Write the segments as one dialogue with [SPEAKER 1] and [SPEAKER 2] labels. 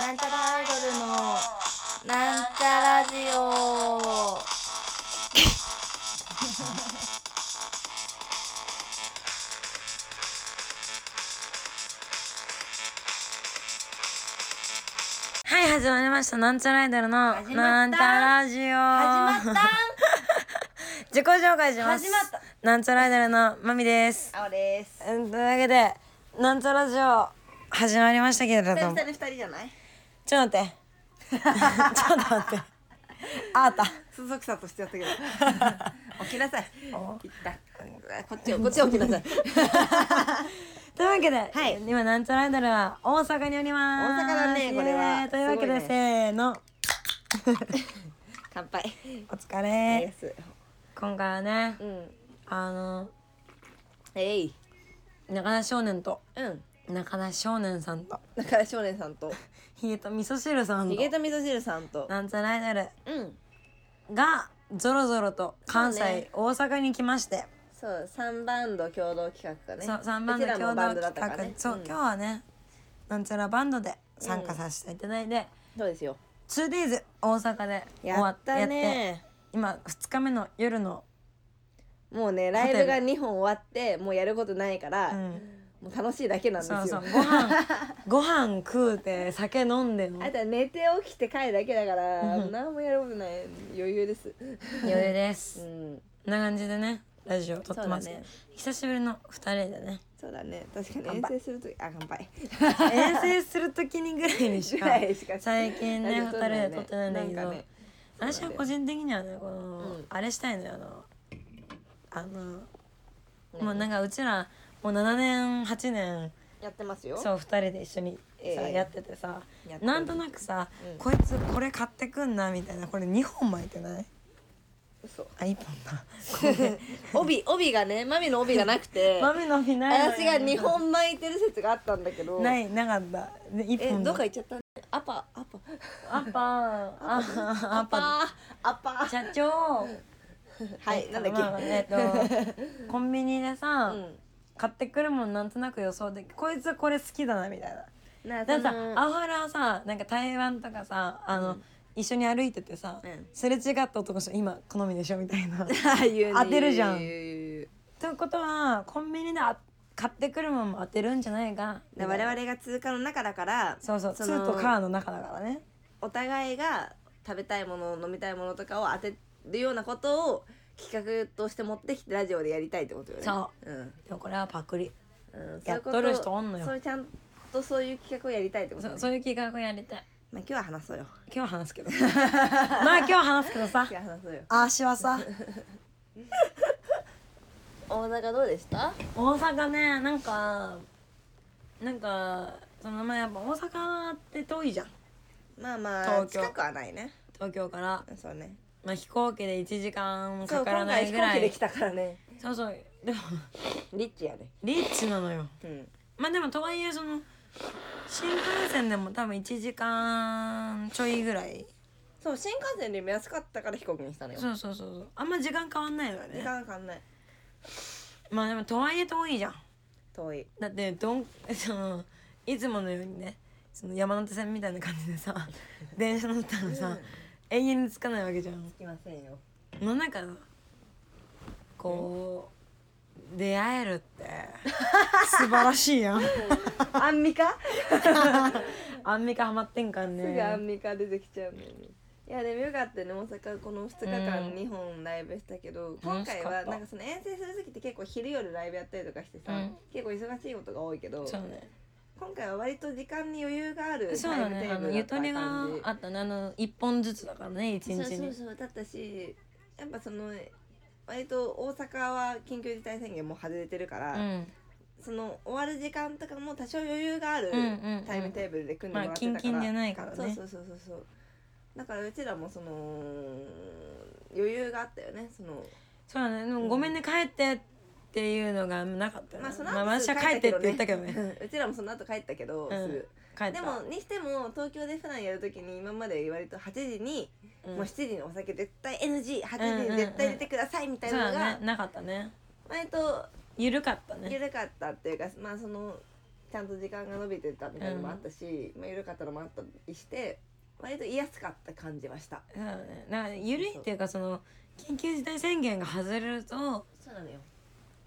[SPEAKER 1] なんちゃらアイドルのなんちゃラジオ
[SPEAKER 2] はい始まりましたなんちゃらアイドルの
[SPEAKER 1] 始
[SPEAKER 2] な
[SPEAKER 1] まった
[SPEAKER 2] んちゃラジオ
[SPEAKER 1] 始まった
[SPEAKER 2] 自己紹介します
[SPEAKER 1] 始まった
[SPEAKER 2] なんちゃらアイドルのまみです
[SPEAKER 1] あおです
[SPEAKER 2] うんというわけでなんちゃラジオ始まりましたけれど
[SPEAKER 1] 久
[SPEAKER 2] も
[SPEAKER 1] 々に二人じゃない
[SPEAKER 2] ちょっと待って ちょっと待ってあーた
[SPEAKER 1] 鈴木さんとして やったけど起きなさい起きたこっちをこっちを起きな さい
[SPEAKER 2] というわけで、
[SPEAKER 1] はい
[SPEAKER 2] 今なんちゃらアイドルは大阪におります
[SPEAKER 1] 大阪だねこれ
[SPEAKER 2] イ
[SPEAKER 1] は
[SPEAKER 2] エーイというわけです
[SPEAKER 1] ごいね
[SPEAKER 2] せーの
[SPEAKER 1] 乾杯
[SPEAKER 2] お疲れ
[SPEAKER 1] す
[SPEAKER 2] 今回はね
[SPEAKER 1] うん
[SPEAKER 2] あの
[SPEAKER 1] えい
[SPEAKER 2] 中田少年と
[SPEAKER 1] うん
[SPEAKER 2] 中田少年さんと
[SPEAKER 1] 中田少年さんと
[SPEAKER 2] ヒゲと味噌汁さん
[SPEAKER 1] ヒ
[SPEAKER 2] と
[SPEAKER 1] ゲと味噌汁さんと
[SPEAKER 2] なんちゃらアイドル
[SPEAKER 1] うん
[SPEAKER 2] がぞろぞろと関西、
[SPEAKER 1] そうね
[SPEAKER 2] 大阪に来まして
[SPEAKER 1] そう三バンド共同企画がね
[SPEAKER 2] そう3番の
[SPEAKER 1] うちら
[SPEAKER 2] 共
[SPEAKER 1] もバ
[SPEAKER 2] 同
[SPEAKER 1] ンドだ
[SPEAKER 2] 企
[SPEAKER 1] ったから
[SPEAKER 2] 画、
[SPEAKER 1] ね
[SPEAKER 2] そう、
[SPEAKER 1] ん
[SPEAKER 2] 今日はねなんちゃらバンドで参加させていただいて、
[SPEAKER 1] そうですよ
[SPEAKER 2] 2days 大阪で終
[SPEAKER 1] や
[SPEAKER 2] わっ
[SPEAKER 1] った
[SPEAKER 2] やって
[SPEAKER 1] ね
[SPEAKER 2] 今2日目の夜の
[SPEAKER 1] もうねライブが2本終わってもうやることないから、
[SPEAKER 2] うん
[SPEAKER 1] もう楽しいだけなんですよ
[SPEAKER 2] そうそうご 飯ご飯食うて酒飲んでの
[SPEAKER 1] あ
[SPEAKER 2] 余
[SPEAKER 1] とは寝て起きて帰るだけだから、
[SPEAKER 2] うん
[SPEAKER 1] 何もやることない余裕です
[SPEAKER 2] 裕で
[SPEAKER 1] う
[SPEAKER 2] す
[SPEAKER 1] ん
[SPEAKER 2] こんな感じでねラジオ撮ってます、
[SPEAKER 1] そうだね
[SPEAKER 2] 久しぶりの2人でね
[SPEAKER 1] そうだね確かに
[SPEAKER 2] 乾
[SPEAKER 1] 遠
[SPEAKER 2] 杯
[SPEAKER 1] 征するときあ乾杯
[SPEAKER 2] 遠征する時にぐらいにし
[SPEAKER 1] ぐ
[SPEAKER 2] から
[SPEAKER 1] いし か
[SPEAKER 2] 最近ね
[SPEAKER 1] ラ
[SPEAKER 2] 2
[SPEAKER 1] ジ
[SPEAKER 2] 人
[SPEAKER 1] オ撮んない
[SPEAKER 2] で撮ってないんだけ
[SPEAKER 1] な
[SPEAKER 2] ど、
[SPEAKER 1] んかね
[SPEAKER 2] 私は個人的にはねこの、
[SPEAKER 1] うん
[SPEAKER 2] あれしたいのよあのあの、
[SPEAKER 1] 何
[SPEAKER 2] もうなんかうちらもう7年8年
[SPEAKER 1] やってますよ
[SPEAKER 2] そう2人で一緒にさ、
[SPEAKER 1] ええ
[SPEAKER 2] やっててさ
[SPEAKER 1] やってる
[SPEAKER 2] なんとなくさ、
[SPEAKER 1] うん
[SPEAKER 2] こいつこれ買ってくんなみたいなこれ2本巻いてない
[SPEAKER 1] 嘘
[SPEAKER 2] あ1本だ
[SPEAKER 1] 帯帯がねマミの帯がな くて
[SPEAKER 2] 豆の日ない
[SPEAKER 1] 私が日本巻いてる説があったんだけど
[SPEAKER 2] ないなかったで1
[SPEAKER 1] え
[SPEAKER 2] 本
[SPEAKER 1] ど
[SPEAKER 2] だ
[SPEAKER 1] っか行っちゃったアパアパ
[SPEAKER 2] アッパーア
[SPEAKER 1] ア
[SPEAKER 2] ッパ
[SPEAKER 1] パアパ
[SPEAKER 2] ー社長
[SPEAKER 1] はいなんだっけ、
[SPEAKER 2] まあまあえっ とコンビニでさ、
[SPEAKER 1] うん
[SPEAKER 2] 買ってくるもんなんとなく予想できこいつこれ好きだなみたいな。
[SPEAKER 1] な
[SPEAKER 2] なんか
[SPEAKER 1] その
[SPEAKER 2] さアオハラはさなんか台湾とかさあの、一緒に歩いててさ、
[SPEAKER 1] うん
[SPEAKER 2] すれ違った男の人今好みでしょみたいな。 とい
[SPEAKER 1] ああいうね
[SPEAKER 2] 当てるじゃん
[SPEAKER 1] 言う言う言う
[SPEAKER 2] うことはコンビニであ買ってくるもんも当てるんじゃないかみ
[SPEAKER 1] だ
[SPEAKER 2] た
[SPEAKER 1] か
[SPEAKER 2] いな
[SPEAKER 1] ら我々が通貨の中だから
[SPEAKER 2] そうそう「
[SPEAKER 1] そ
[SPEAKER 2] 2」
[SPEAKER 1] の
[SPEAKER 2] と「カー」の中だからね。
[SPEAKER 1] お互いが食べたいもの飲みたいものとかを当てるようなことを企画として持ってきてラジオでやりたいってことよね、
[SPEAKER 2] そう
[SPEAKER 1] ん
[SPEAKER 2] でもこれはパクリ。
[SPEAKER 1] うん、
[SPEAKER 2] やっとる人おんのよ
[SPEAKER 1] そういうことそういうちゃんとそういう企画をやりたいってこと、ね
[SPEAKER 2] そ、そういう企画をやりたい。
[SPEAKER 1] まあ今日は話そうよ
[SPEAKER 2] 今日話すけ ど。まあ今日話すけどさ
[SPEAKER 1] 今日。は話そうよ
[SPEAKER 2] あーしはさ。
[SPEAKER 1] 大阪どうでした
[SPEAKER 2] 大阪ねなんかなんかそのまあやっぱ大阪って遠いじゃん
[SPEAKER 1] まあまあ
[SPEAKER 2] 東京
[SPEAKER 1] 近くはないね
[SPEAKER 2] 東京から、
[SPEAKER 1] そうね
[SPEAKER 2] まあ、飛行機で1時間
[SPEAKER 1] そ
[SPEAKER 2] か
[SPEAKER 1] う
[SPEAKER 2] から
[SPEAKER 1] 今
[SPEAKER 2] な
[SPEAKER 1] 回
[SPEAKER 2] い
[SPEAKER 1] 飛
[SPEAKER 2] ぐら
[SPEAKER 1] 行機で
[SPEAKER 2] い
[SPEAKER 1] 来たからね
[SPEAKER 2] そうそうでも
[SPEAKER 1] リッチやね
[SPEAKER 2] リッチなのよ
[SPEAKER 1] うん
[SPEAKER 2] まあでもとはいえその新幹線でも多分1時間ちょいぐらい
[SPEAKER 1] そう新幹線でも安かったから飛行機にしたのよ
[SPEAKER 2] そうそうそうそうあんま時間変わんないのよ
[SPEAKER 1] 時
[SPEAKER 2] ね
[SPEAKER 1] 間かかんない
[SPEAKER 2] まあでもとはいえ遠いじゃん
[SPEAKER 1] 遠い
[SPEAKER 2] だってどん そのいつものようにねその山手線みたいな感じでさ電車乗ったらさ永遠に着かないわけじゃん
[SPEAKER 1] 着きませんよ
[SPEAKER 2] の中のこう出会えるって 素晴らしいやん
[SPEAKER 1] アンミカ
[SPEAKER 2] アンミカハマってんかん
[SPEAKER 1] すぐ
[SPEAKER 2] ね
[SPEAKER 1] アンミカ出てきちゃうんだよねいやでもよかったね大阪この2日
[SPEAKER 2] う
[SPEAKER 1] 間
[SPEAKER 2] ん
[SPEAKER 1] 2本ライブしたけど、今
[SPEAKER 2] 楽し
[SPEAKER 1] 回
[SPEAKER 2] かっ
[SPEAKER 1] は
[SPEAKER 2] た
[SPEAKER 1] なんかその遠征する時って結構昼夜ライブやったりとかしてさ、
[SPEAKER 2] うん
[SPEAKER 1] 結構忙しいことが多いけど
[SPEAKER 2] そうね
[SPEAKER 1] 今回は割と時間に余裕がある
[SPEAKER 2] そうだねあ
[SPEAKER 1] ライブ
[SPEAKER 2] の
[SPEAKER 1] テ
[SPEAKER 2] ゆ
[SPEAKER 1] ー
[SPEAKER 2] と
[SPEAKER 1] ブ
[SPEAKER 2] り
[SPEAKER 1] ルだ
[SPEAKER 2] が
[SPEAKER 1] った
[SPEAKER 2] あったねあの一本ずつだからね一
[SPEAKER 1] 感じ
[SPEAKER 2] 日
[SPEAKER 1] そう
[SPEAKER 2] に
[SPEAKER 1] そうそうだったしやっぱその割と大阪は緊急事態宣言も外れてるか
[SPEAKER 2] う
[SPEAKER 1] ら、
[SPEAKER 2] ん
[SPEAKER 1] その終わる時間とかも多少余裕があ
[SPEAKER 2] う
[SPEAKER 1] る
[SPEAKER 2] んうんうん
[SPEAKER 1] タイムテーブルで組んで
[SPEAKER 2] まあ
[SPEAKER 1] もらって
[SPEAKER 2] キ
[SPEAKER 1] たから、
[SPEAKER 2] ンキンじゃないから
[SPEAKER 1] そう
[SPEAKER 2] ね
[SPEAKER 1] そうそうそうそうだからうちらもその余裕があったよねその
[SPEAKER 2] そうだねでもごめんね帰ってっていうのがなかったね
[SPEAKER 1] まあその
[SPEAKER 2] まあ私は帰ってって言ったけどね
[SPEAKER 1] うちらもその後帰ったけど、
[SPEAKER 2] うん
[SPEAKER 1] すぐ
[SPEAKER 2] 帰った
[SPEAKER 1] でも にしても東京で普段やるときに今まで割と8時に、
[SPEAKER 2] うん
[SPEAKER 1] もう7時にお酒絶対 NG8 時に絶対出てくださいみたい
[SPEAKER 2] そう
[SPEAKER 1] なの
[SPEAKER 2] だ
[SPEAKER 1] が
[SPEAKER 2] ねなかったね
[SPEAKER 1] 割と
[SPEAKER 2] 緩かったね
[SPEAKER 1] 緩かったっていうか、まあそのちゃんと時間が伸びてたみたいなのもあったし、まあ、緩かったのもあったりして割と言いやすかった感じはした
[SPEAKER 2] そうだねなんか緩いっていうかその緊急事態宣言が外れるとっ
[SPEAKER 1] そうなのよ、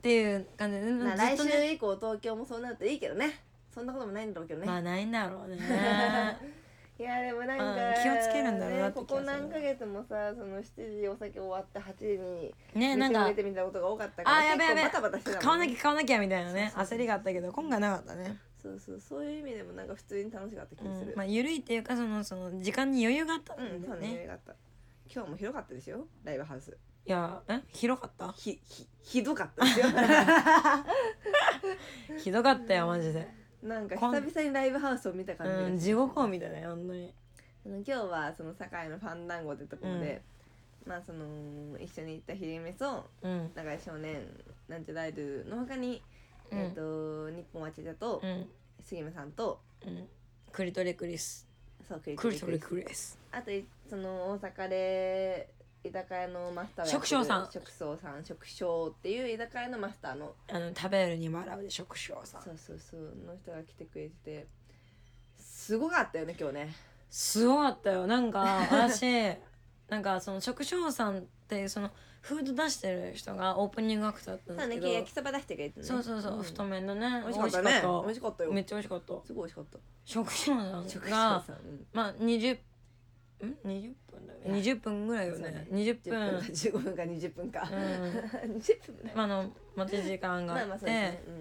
[SPEAKER 2] ていう感じでず
[SPEAKER 1] まあ、
[SPEAKER 2] っ
[SPEAKER 1] 来
[SPEAKER 2] と
[SPEAKER 1] 週
[SPEAKER 2] ね
[SPEAKER 1] 以降東京もそうなるといいけどねそんなこともないんだろうけどね、
[SPEAKER 2] まあないんだろうね
[SPEAKER 1] いやでもなん
[SPEAKER 2] う
[SPEAKER 1] か、
[SPEAKER 2] ん気をつけるんだろうな
[SPEAKER 1] ね
[SPEAKER 2] って
[SPEAKER 1] こ
[SPEAKER 2] 気がする
[SPEAKER 1] こ何ヶ月もさその7時お酒終わって8時に
[SPEAKER 2] ねなん
[SPEAKER 1] 店を
[SPEAKER 2] か
[SPEAKER 1] 出てみたいなことが多かったから
[SPEAKER 2] あーやべやべ
[SPEAKER 1] 結構バタバタしてたもん
[SPEAKER 2] 買わなきゃ買わなきゃみたいなね
[SPEAKER 1] そうそうそう
[SPEAKER 2] 焦りがあったけど今回なかったね、
[SPEAKER 1] そうそうそういう意味でもなんか普通に楽しかった気
[SPEAKER 2] う
[SPEAKER 1] がす
[SPEAKER 2] ん
[SPEAKER 1] る、
[SPEAKER 2] まあ、緩いっていうかそのその時間に余裕があったんだ
[SPEAKER 1] う
[SPEAKER 2] よ
[SPEAKER 1] ん、そう
[SPEAKER 2] ね、
[SPEAKER 1] ね、よかった。今日も広かったですよ、ライブハウス。
[SPEAKER 2] いやえ広か った
[SPEAKER 1] ひ、ひ、ひどかっ たですよ。
[SPEAKER 2] ひどかったよマジで、
[SPEAKER 1] なんか
[SPEAKER 2] こん
[SPEAKER 1] 久々にライブハウスを見た感じがし
[SPEAKER 2] う
[SPEAKER 1] た。
[SPEAKER 2] ん、地獄を見たね本当に
[SPEAKER 1] その今日はその堺のファンダンゴってところで、まあその一緒に行ったヒゲメソ、
[SPEAKER 2] うん
[SPEAKER 1] 長井少年、なんちゃらイルの他に、
[SPEAKER 2] うん
[SPEAKER 1] えっ、と日本はちだと、
[SPEAKER 2] うん
[SPEAKER 1] 杉間さんと、
[SPEAKER 2] うんクリトレクリス
[SPEAKER 1] そうクリ
[SPEAKER 2] ク
[SPEAKER 1] ク
[SPEAKER 2] リ
[SPEAKER 1] リ
[SPEAKER 2] ト
[SPEAKER 1] ク
[SPEAKER 2] レ
[SPEAKER 1] リ。
[SPEAKER 2] クリス
[SPEAKER 1] あといその大阪で居酒屋のマスターをやってる
[SPEAKER 2] 食匠さん
[SPEAKER 1] 食匠さん、食匠っていう居酒屋のマスターの
[SPEAKER 2] あの食べるに笑うで食生さん
[SPEAKER 1] そうそうそうの人が来てくれててすごかったよね今日ね
[SPEAKER 2] すごかったよなんか私 なんかその食生さんっていうそのフード出してる人がオープニングアクターだったん
[SPEAKER 1] そう
[SPEAKER 2] です
[SPEAKER 1] ね
[SPEAKER 2] けど
[SPEAKER 1] 焼きそば出してくれてね
[SPEAKER 2] そうそうそう、
[SPEAKER 1] ん
[SPEAKER 2] 太麺のね
[SPEAKER 1] 美味しかったね
[SPEAKER 2] 美味しかった
[SPEAKER 1] 美味しかったよ
[SPEAKER 2] めっちゃ美味しかった
[SPEAKER 1] すごい美味しかった
[SPEAKER 2] 食生さ
[SPEAKER 1] 食
[SPEAKER 2] ん
[SPEAKER 1] 堂
[SPEAKER 2] が
[SPEAKER 1] さんうん
[SPEAKER 2] まあ20ん20分だよね20分ぐらいよ
[SPEAKER 1] そう
[SPEAKER 2] ね
[SPEAKER 1] ね
[SPEAKER 2] 20
[SPEAKER 1] 10分か
[SPEAKER 2] 分
[SPEAKER 1] 15分か20分か
[SPEAKER 2] うん
[SPEAKER 1] 20分だよ
[SPEAKER 2] まああの待ち時間が
[SPEAKER 1] ま
[SPEAKER 2] あ
[SPEAKER 1] あまあ
[SPEAKER 2] っ
[SPEAKER 1] そうですね
[SPEAKER 2] て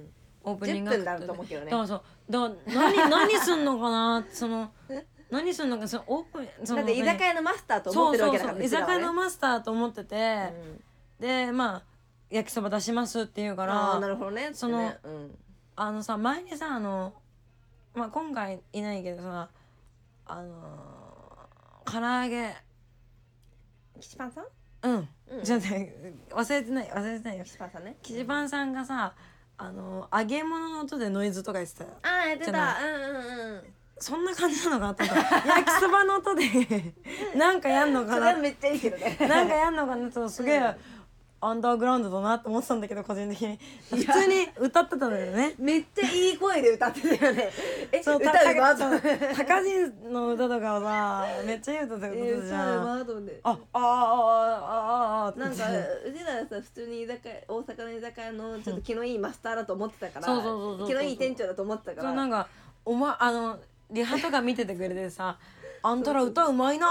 [SPEAKER 2] オープニ
[SPEAKER 1] 10
[SPEAKER 2] ングアク
[SPEAKER 1] 分
[SPEAKER 2] タ
[SPEAKER 1] だ
[SPEAKER 2] ー
[SPEAKER 1] と思うけど
[SPEAKER 2] だ
[SPEAKER 1] ね
[SPEAKER 2] からそうだ何何すんのかなその何すんのかそのオープンそ
[SPEAKER 1] だ
[SPEAKER 2] の
[SPEAKER 1] って居酒屋のマスターと思
[SPEAKER 2] そ
[SPEAKER 1] っ
[SPEAKER 2] う
[SPEAKER 1] てるわ
[SPEAKER 2] そう
[SPEAKER 1] けだ
[SPEAKER 2] そ
[SPEAKER 1] か
[SPEAKER 2] う
[SPEAKER 1] ら
[SPEAKER 2] 居酒屋の
[SPEAKER 1] マ
[SPEAKER 2] マスターと思ってて
[SPEAKER 1] ス、
[SPEAKER 2] でまあ焼きそば出しますって言うか
[SPEAKER 1] あ
[SPEAKER 2] ら
[SPEAKER 1] あ
[SPEAKER 2] あ
[SPEAKER 1] なるほどね
[SPEAKER 2] その
[SPEAKER 1] ってねうん
[SPEAKER 2] のさ前にさあの、まあ、今回いないけどさあのー、唐揚げ
[SPEAKER 1] 岸パンさん
[SPEAKER 2] うん、
[SPEAKER 1] うん
[SPEAKER 2] じゃない忘れてない忘れてないよ
[SPEAKER 1] 岸パンさんね
[SPEAKER 2] キジパンさんがさあの揚げ物の音でノイズとか言ってたよ
[SPEAKER 1] ああやって
[SPEAKER 2] じゃ
[SPEAKER 1] たうんうんうん
[SPEAKER 2] そんな感じなのかなと思 った焼きそばの音でなんかやんの
[SPEAKER 1] そ
[SPEAKER 2] か
[SPEAKER 1] れ
[SPEAKER 2] な
[SPEAKER 1] はめっちゃいいけどね
[SPEAKER 2] なんかやんのかなとすげえ、
[SPEAKER 1] うん
[SPEAKER 2] アンダーグラウンドだなって思ってたんだけど個人的に普通に歌ってたんだよ ね
[SPEAKER 1] めっちゃいい声で歌ってた よねえ歌
[SPEAKER 2] そううた
[SPEAKER 1] う
[SPEAKER 2] た
[SPEAKER 1] まと
[SPEAKER 2] そ
[SPEAKER 1] 思っ
[SPEAKER 2] う
[SPEAKER 1] て
[SPEAKER 2] 高人の歌とかをさめっちゃいい歌だった
[SPEAKER 1] えー
[SPEAKER 2] じ
[SPEAKER 1] そう
[SPEAKER 2] ゃ
[SPEAKER 1] だ
[SPEAKER 2] ん
[SPEAKER 1] なと思って
[SPEAKER 2] ああああああああ
[SPEAKER 1] なんかうちらさ普通に居酒屋大阪の居酒屋のちょっと気のいいマスターだと思ってたから
[SPEAKER 2] そうそうそうそう
[SPEAKER 1] 気のいい店長だと思ってたか
[SPEAKER 2] そうな
[SPEAKER 1] ら
[SPEAKER 2] んかお前あのリハとか見ててくれて さ「あんたら歌うまいな」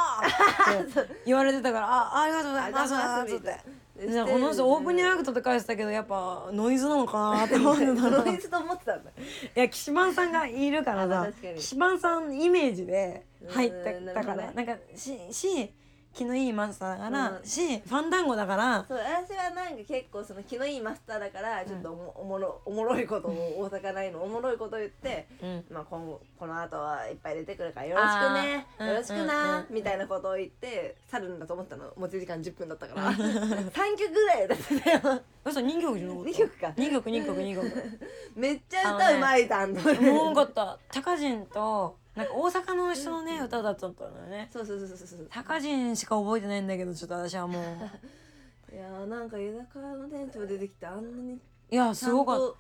[SPEAKER 2] って 言われてたから「あありがとうございます」つって。
[SPEAKER 1] で
[SPEAKER 2] じゃあこの人オープニングアクトって返したけどやっぱノイズなのかなって思 ってたの
[SPEAKER 1] ノイ
[SPEAKER 2] い
[SPEAKER 1] ズと思ってたんだ
[SPEAKER 2] や岸番さんがいるから
[SPEAKER 1] あ
[SPEAKER 2] さ
[SPEAKER 1] 確かに
[SPEAKER 2] 岸番さんのイメージで入っ
[SPEAKER 1] うん
[SPEAKER 2] て
[SPEAKER 1] な
[SPEAKER 2] た
[SPEAKER 1] る
[SPEAKER 2] か
[SPEAKER 1] ほど
[SPEAKER 2] ら
[SPEAKER 1] ね
[SPEAKER 2] なんかしし気のいいマスターだから、
[SPEAKER 1] うん
[SPEAKER 2] しファンダンゴだから
[SPEAKER 1] そう私はなんか結構その気のいいマスターだからちょっとおもおもろおもろいことを大阪ないのおもろいことを言って、
[SPEAKER 2] うん
[SPEAKER 1] まあ、今後この後はいっぱい出てくるからよろしくね
[SPEAKER 2] あー
[SPEAKER 1] よろしく
[SPEAKER 2] うん
[SPEAKER 1] な
[SPEAKER 2] うん、うん
[SPEAKER 1] みたいなことを言って去るんだと思ったの持ち時間10分だったから3曲ぐらい歌ってたよ
[SPEAKER 2] 嘘2曲じゃなかった
[SPEAKER 1] 二曲か
[SPEAKER 2] 2曲2曲2曲
[SPEAKER 1] めっちゃ歌うまいだんと思 って
[SPEAKER 2] もうかった高人となんか大阪の人のね歌だったんだよね
[SPEAKER 1] そうそうそうそうそう
[SPEAKER 2] 高人しか覚えてないんだけどちょっと私はも
[SPEAKER 1] いやーなんか居酒屋の店長出てきてあんなに
[SPEAKER 2] ういや
[SPEAKER 1] ち
[SPEAKER 2] す
[SPEAKER 1] ゃ
[SPEAKER 2] ご
[SPEAKER 1] ん
[SPEAKER 2] かった
[SPEAKER 1] と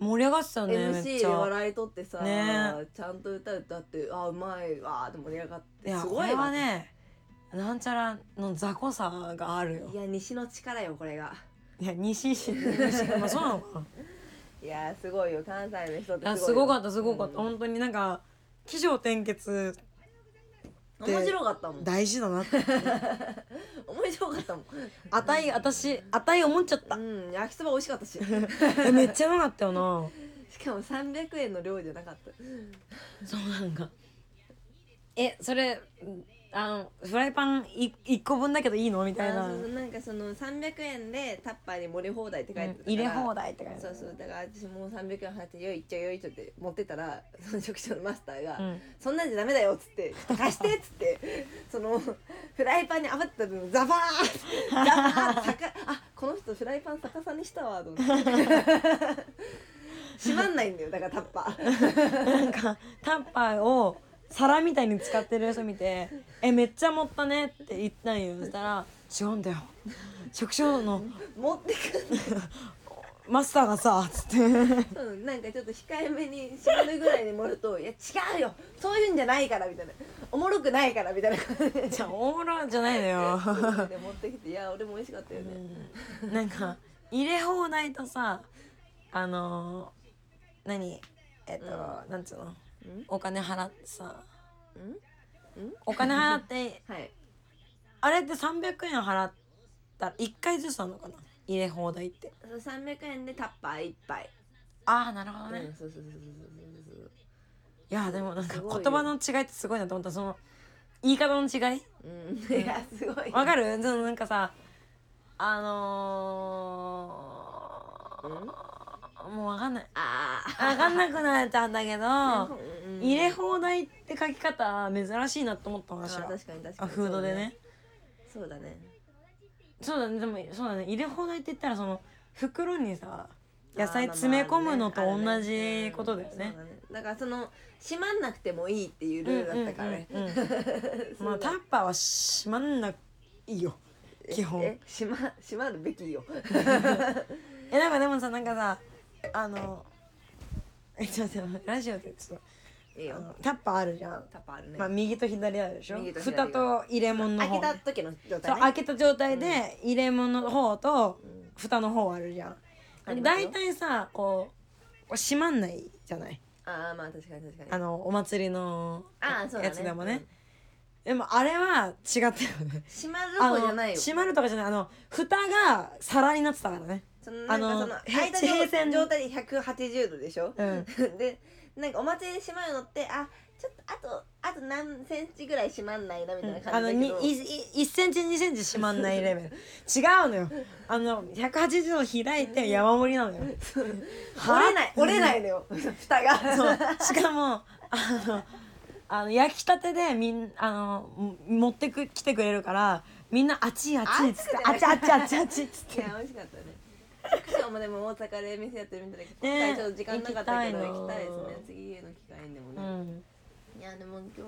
[SPEAKER 2] 盛り上がってたよねめ
[SPEAKER 1] MC
[SPEAKER 2] っち
[SPEAKER 1] で
[SPEAKER 2] ゃ
[SPEAKER 1] 笑いとってさ、
[SPEAKER 2] ね
[SPEAKER 1] ちゃんと歌歌ってあーうまいわーって盛り上がっ
[SPEAKER 2] い
[SPEAKER 1] て
[SPEAKER 2] や
[SPEAKER 1] す
[SPEAKER 2] こ
[SPEAKER 1] ごい
[SPEAKER 2] れは
[SPEAKER 1] わ
[SPEAKER 2] ねなんちゃらの雑魚さがあるよ
[SPEAKER 1] いや西の力よこれが
[SPEAKER 2] いや西市西まあそうなのかない
[SPEAKER 1] やーすごいよ関西の人って
[SPEAKER 2] いやすごかったたすごかった、
[SPEAKER 1] うん
[SPEAKER 2] 本当になんか起承転結た
[SPEAKER 1] 面白かったもん面
[SPEAKER 2] 大事だなって
[SPEAKER 1] 白かったもん
[SPEAKER 2] あたい私あたい思っちゃった
[SPEAKER 1] うん焼きそば美味しかっ たし
[SPEAKER 2] えめっちゃうまかったよな
[SPEAKER 1] しかも300円の量じゃなかった
[SPEAKER 2] そうなんか。え、それ、あの、フライパンい一個分だけどいいのみたいな。
[SPEAKER 1] あーそううなんかその300円でタッパーに盛り放題って書いてた
[SPEAKER 2] ん
[SPEAKER 1] から
[SPEAKER 2] 入れ放題って感じ。
[SPEAKER 1] そうそうだから私もう300円払って「よいっちゃうよいっちゃ」って持ってたら その職長のマスターが「
[SPEAKER 2] うん
[SPEAKER 1] そんなんじゃダメだよ」っつって「ちょっと貸して」っつって そのフライパンに余った分ザバーッザバーッ逆あこの人フライパン逆さにしたわと思って 閉まんないんだよだからタッパー
[SPEAKER 2] なんか、タッパーを皿みたいに使ってる人見て、え、めっちゃ持ったねって言ったんよ。そしたら、違うんだよ。食生の
[SPEAKER 1] 持ってくん
[SPEAKER 2] マスターがさつって
[SPEAKER 1] そうなんかちょっと控えめに縛るぐらいに盛ると「いや違うよそういうんじゃないから」みたいな「おもろくないから」みたいな感じ で
[SPEAKER 2] じゃあ大物じゃないのよ、
[SPEAKER 1] 持ってきて「いや俺も美味しかったよね」
[SPEAKER 2] うんなんか入れ放題とさあのー何えっと、なんつうの
[SPEAKER 1] うん
[SPEAKER 2] お金払ってさ
[SPEAKER 1] うん
[SPEAKER 2] お金払って
[SPEAKER 1] はい
[SPEAKER 2] あれって300円払ったら1回ずつなのかな入れ放題って
[SPEAKER 1] そう300円でタッパー一杯
[SPEAKER 2] ああなるほどね、
[SPEAKER 1] う
[SPEAKER 2] い
[SPEAKER 1] んそうそうそうそうそうそう
[SPEAKER 2] やでもなんか
[SPEAKER 1] すごいよ
[SPEAKER 2] 言葉の違いってすごいなと思ったその言い方の違い
[SPEAKER 1] そううんいやすごい
[SPEAKER 2] わかるそのなんかさあの
[SPEAKER 1] うん
[SPEAKER 2] ーもうわかんない
[SPEAKER 1] あ
[SPEAKER 2] わかんなくなったんだけ
[SPEAKER 1] あ
[SPEAKER 2] ど
[SPEAKER 1] うん
[SPEAKER 2] 入れ放題って書き方珍しいなと思った
[SPEAKER 1] あ
[SPEAKER 2] 私
[SPEAKER 1] ー
[SPEAKER 2] は
[SPEAKER 1] 確かに確か
[SPEAKER 2] あ
[SPEAKER 1] に
[SPEAKER 2] フードでね
[SPEAKER 1] そうだね
[SPEAKER 2] そうだねでもそうだね入れ放題って言ったらその袋にさ
[SPEAKER 1] あー
[SPEAKER 2] 野菜
[SPEAKER 1] まあ
[SPEAKER 2] 詰め込むのと
[SPEAKER 1] まあね
[SPEAKER 2] 同じことだよ
[SPEAKER 1] うん
[SPEAKER 2] ね
[SPEAKER 1] そう。だだからその閉まんなくてもいいっていうルールだったからね
[SPEAKER 2] うんう んうんうんまあタッパーは閉まんないよ基本
[SPEAKER 1] え閉ま閉まるべきよ
[SPEAKER 2] えなんかでもさなんかさあの えちょっと待ってラジオでちょっ
[SPEAKER 1] いい
[SPEAKER 2] とあ
[SPEAKER 1] よ
[SPEAKER 2] のタッパーあるじゃん、
[SPEAKER 1] タッパーあるね、
[SPEAKER 2] まあ、右と左あるでしょ
[SPEAKER 1] 右と
[SPEAKER 2] 蓋
[SPEAKER 1] 左
[SPEAKER 2] と入れ物の
[SPEAKER 1] 開
[SPEAKER 2] 方
[SPEAKER 1] けた時の状態
[SPEAKER 2] そう
[SPEAKER 1] ね
[SPEAKER 2] 開けた状態で入れ物の方と
[SPEAKER 1] うん
[SPEAKER 2] 蓋の方あるじゃ
[SPEAKER 1] あ
[SPEAKER 2] ん
[SPEAKER 1] りますよ
[SPEAKER 2] 大体さこう閉まんないじゃない
[SPEAKER 1] ああまあ確かに確かに
[SPEAKER 2] あのお祭りの
[SPEAKER 1] ああそうだ
[SPEAKER 2] や
[SPEAKER 1] ね
[SPEAKER 2] つでも
[SPEAKER 1] う
[SPEAKER 2] ね
[SPEAKER 1] ん
[SPEAKER 2] でもあれは違ったよね
[SPEAKER 1] 閉まる
[SPEAKER 2] あの
[SPEAKER 1] 方じゃないよ
[SPEAKER 2] 閉まるとかじゃないあの蓋が皿になってたからね
[SPEAKER 1] そのなんか
[SPEAKER 2] あの
[SPEAKER 1] その間
[SPEAKER 2] 地平線
[SPEAKER 1] の状態で180度でしょ、
[SPEAKER 2] うん
[SPEAKER 1] でなんかお祭りで閉まるのってあちょっとあとあと何センチぐらい閉まんないなみたいな
[SPEAKER 2] あ
[SPEAKER 1] 感
[SPEAKER 2] の
[SPEAKER 1] じだけど、
[SPEAKER 2] 1センチ2センチ閉まんないレ ベル違うのよあの180度開いて山盛りなのよ
[SPEAKER 1] 折れない折れないのよ 蓋が
[SPEAKER 2] そうしかもあのあの焼きたてでみんあのも持ってく来てくれるからみんな熱い熱いっつって熱
[SPEAKER 1] 熱
[SPEAKER 2] い熱い
[SPEAKER 1] い
[SPEAKER 2] 熱い熱いっつっ
[SPEAKER 1] い
[SPEAKER 2] て
[SPEAKER 1] や美味しかったね福島もでも大阪で店やってるみたいだけど、
[SPEAKER 2] ね
[SPEAKER 1] 今回ちょっと時間なかったけど
[SPEAKER 2] 行
[SPEAKER 1] 行
[SPEAKER 2] き
[SPEAKER 1] き
[SPEAKER 2] た
[SPEAKER 1] た
[SPEAKER 2] い
[SPEAKER 1] い
[SPEAKER 2] な
[SPEAKER 1] ですね次への機会でも
[SPEAKER 2] う
[SPEAKER 1] ね、
[SPEAKER 2] ん
[SPEAKER 1] いやでも今日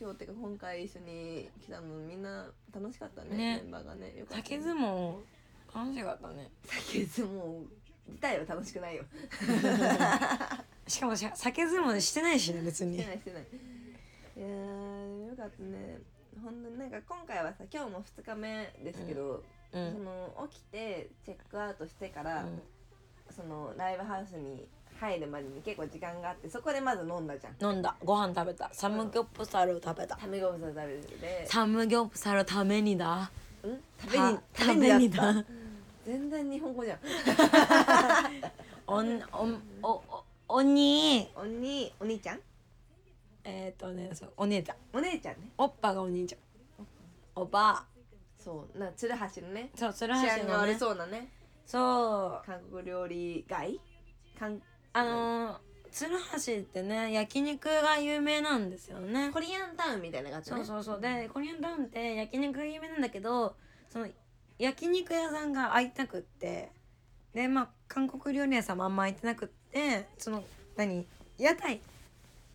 [SPEAKER 1] 今日っていうか今回一緒に来たのみんな楽しかった
[SPEAKER 2] ね
[SPEAKER 1] ねメンバーがねよかった
[SPEAKER 2] 竹 相撲楽しかったね
[SPEAKER 1] 酒相撲自体は楽しくないよ
[SPEAKER 2] しかもし酒相撲してないしね別
[SPEAKER 1] し
[SPEAKER 2] に
[SPEAKER 1] てないしてないいやーよかったね本当になんか今回はさ今日も2日目ですけど、
[SPEAKER 2] う
[SPEAKER 1] そ
[SPEAKER 2] ん
[SPEAKER 1] の起きてチェックアウトしてか
[SPEAKER 2] う
[SPEAKER 1] ら、
[SPEAKER 2] ん
[SPEAKER 1] そのライブハウスに入るまでに結構時間があってそこでまず飲んだじゃん
[SPEAKER 2] 飲んだご飯食べたサムギョプサルを食べた
[SPEAKER 1] タメゴムさん食べてて
[SPEAKER 2] サムギョプサルためにだ
[SPEAKER 1] うん食べに
[SPEAKER 2] た食べにだ
[SPEAKER 1] 全然日本語じゃん
[SPEAKER 2] おんおんおおおに
[SPEAKER 1] おにお兄ちゃん
[SPEAKER 2] えっ、とねそうお姉ちゃん
[SPEAKER 1] お姉ちゃんね
[SPEAKER 2] おっぱがお兄ちゃんおば
[SPEAKER 1] そうな鶴橋のね
[SPEAKER 2] そう鶴橋
[SPEAKER 1] 治安が
[SPEAKER 2] の
[SPEAKER 1] 悪
[SPEAKER 2] ね
[SPEAKER 1] そうなね
[SPEAKER 2] そう
[SPEAKER 1] 韓国料理街韓
[SPEAKER 2] あのー、鶴橋ってね焼肉が有名なんですよね
[SPEAKER 1] コリアンタウンみたいな感じ
[SPEAKER 2] そう
[SPEAKER 1] ね
[SPEAKER 2] そうそうでコリアンタウンって焼肉が有名なんだけどその焼肉屋さんが開いたくってでまあ韓国料理屋さんもあんま開いてなくってその何屋台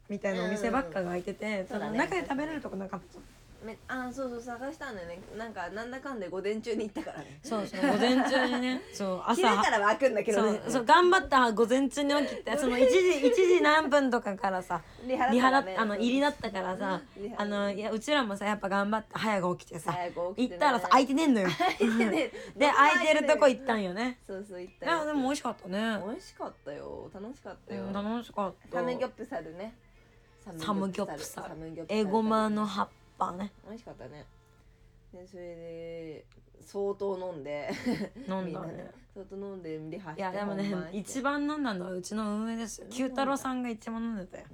[SPEAKER 2] みたいなお店ばっかが開いてて、そ
[SPEAKER 1] そ
[SPEAKER 2] の
[SPEAKER 1] うだね
[SPEAKER 2] 中で食べれるとこなかった
[SPEAKER 1] めあそうそう探したんだよねなんかなんだかんで午前中に行ったからね
[SPEAKER 2] そうそう 午前中にねそう
[SPEAKER 1] 昼
[SPEAKER 2] 朝
[SPEAKER 1] からは開くんだけ
[SPEAKER 2] そ
[SPEAKER 1] どね
[SPEAKER 2] うそう頑張った午前中に起きてその1時1時何分とかからさ
[SPEAKER 1] リハだ
[SPEAKER 2] リ
[SPEAKER 1] か
[SPEAKER 2] ハ
[SPEAKER 1] ら
[SPEAKER 2] だ
[SPEAKER 1] ね
[SPEAKER 2] あの入りだったからさ
[SPEAKER 1] リハ
[SPEAKER 2] あのいやうちらもさやっぱ頑張って早く起きてさ
[SPEAKER 1] 早く起
[SPEAKER 2] 行
[SPEAKER 1] き てね
[SPEAKER 2] ったらさ空いてねえんのよ で空いてるとこ行ったんよね
[SPEAKER 1] そうそう行っ
[SPEAKER 2] い
[SPEAKER 1] た
[SPEAKER 2] や
[SPEAKER 1] よ
[SPEAKER 2] でも美味しかったね
[SPEAKER 1] 美味しかったよ楽しかったよ
[SPEAKER 2] うん楽しかった
[SPEAKER 1] サムギョプサルね
[SPEAKER 2] サムギョプサル
[SPEAKER 1] サムギョプサル
[SPEAKER 2] エゴマの葉っぱね
[SPEAKER 1] 美味しかったねでそれで相当飲んで
[SPEAKER 2] 飲ん
[SPEAKER 1] みん
[SPEAKER 2] だ
[SPEAKER 1] な
[SPEAKER 2] ね
[SPEAKER 1] ね相当飲んでリハし
[SPEAKER 2] い
[SPEAKER 1] て
[SPEAKER 2] やでもね
[SPEAKER 1] 本番し て
[SPEAKER 2] 一番飲んだのはうちの運営ですよ九太郎さんが一番飲んでたよ
[SPEAKER 1] う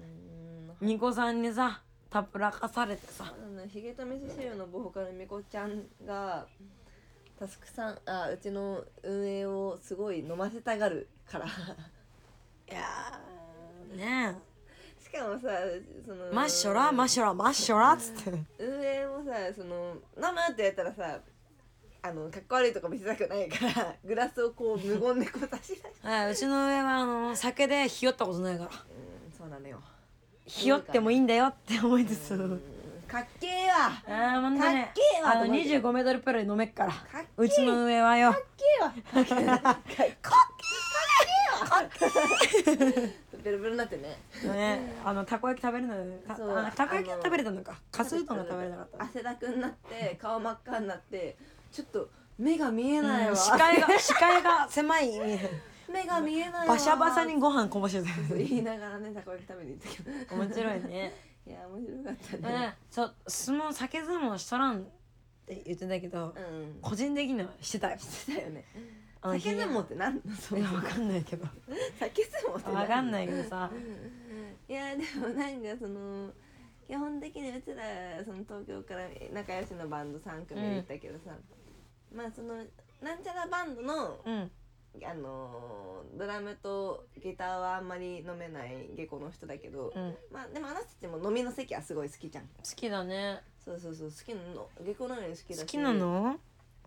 [SPEAKER 1] ーん
[SPEAKER 2] ニコさんにさたぶらかされてさ
[SPEAKER 1] あのヒゲと味噌汁のボーカルみこちゃんがタスクさんあうちの運営をすごい飲ませたがるからし
[SPEAKER 2] いやーね
[SPEAKER 1] かもさその
[SPEAKER 2] えマッショラマッショラマッショラっつって
[SPEAKER 1] 運営もさその飲むってやったらさあのかっこ悪いとこ見せたくないから グラスをこう無言でこう差し出して
[SPEAKER 2] はいうちの上はあの酒でひよったことないから
[SPEAKER 1] うんそうなのよ
[SPEAKER 2] ひよってもいいんだよって思いつつ
[SPEAKER 1] うんかっけえわ
[SPEAKER 2] あーもう
[SPEAKER 1] かっけえわ
[SPEAKER 2] あの
[SPEAKER 1] と思って
[SPEAKER 2] 25メートルプールで飲めっから
[SPEAKER 1] かっけえ
[SPEAKER 2] うちの上はよ
[SPEAKER 1] かっけえわかっけえわかっけえわ ベルベルになってね
[SPEAKER 2] ね、あのたこ焼き食べるのた
[SPEAKER 1] そう
[SPEAKER 2] あたこ焼きは食べれたのかかすうどんが食べれなかった
[SPEAKER 1] 汗だくになって顔真っ赤になってちょっと目が見えないわ、
[SPEAKER 2] うん視界が視界が狭い
[SPEAKER 1] 目が見えないわ
[SPEAKER 2] バシャバシャにご飯こぼして
[SPEAKER 1] そう
[SPEAKER 2] た
[SPEAKER 1] 言いながらねたこ焼き食べに行ったけど
[SPEAKER 2] 面白いね
[SPEAKER 1] いや面白かったね
[SPEAKER 2] ねそう相撲酒相撲しとらんって言ってたけど、
[SPEAKER 1] うん
[SPEAKER 2] 個人的にはしてたよ
[SPEAKER 1] してたよね
[SPEAKER 2] あの
[SPEAKER 1] 酒相撲ってなんそ
[SPEAKER 2] い
[SPEAKER 1] の
[SPEAKER 2] やわかんないけど
[SPEAKER 1] 酒相撲って
[SPEAKER 2] わかん
[SPEAKER 1] い
[SPEAKER 2] ないけどさ
[SPEAKER 1] いやでもなんかその基本的にうちらその東京から仲良しのバンド3組行ったけどさ、まあそのなんちゃらバンドの
[SPEAKER 2] うん
[SPEAKER 1] あのードラムとギターはあんまり飲めない下戸の人だけど、
[SPEAKER 2] うん好
[SPEAKER 1] まあでもあの人たちも飲みの席はすごい好きじゃん
[SPEAKER 2] きだね
[SPEAKER 1] そうそうそう好きなの下戸なのに好きだし
[SPEAKER 2] 好きなの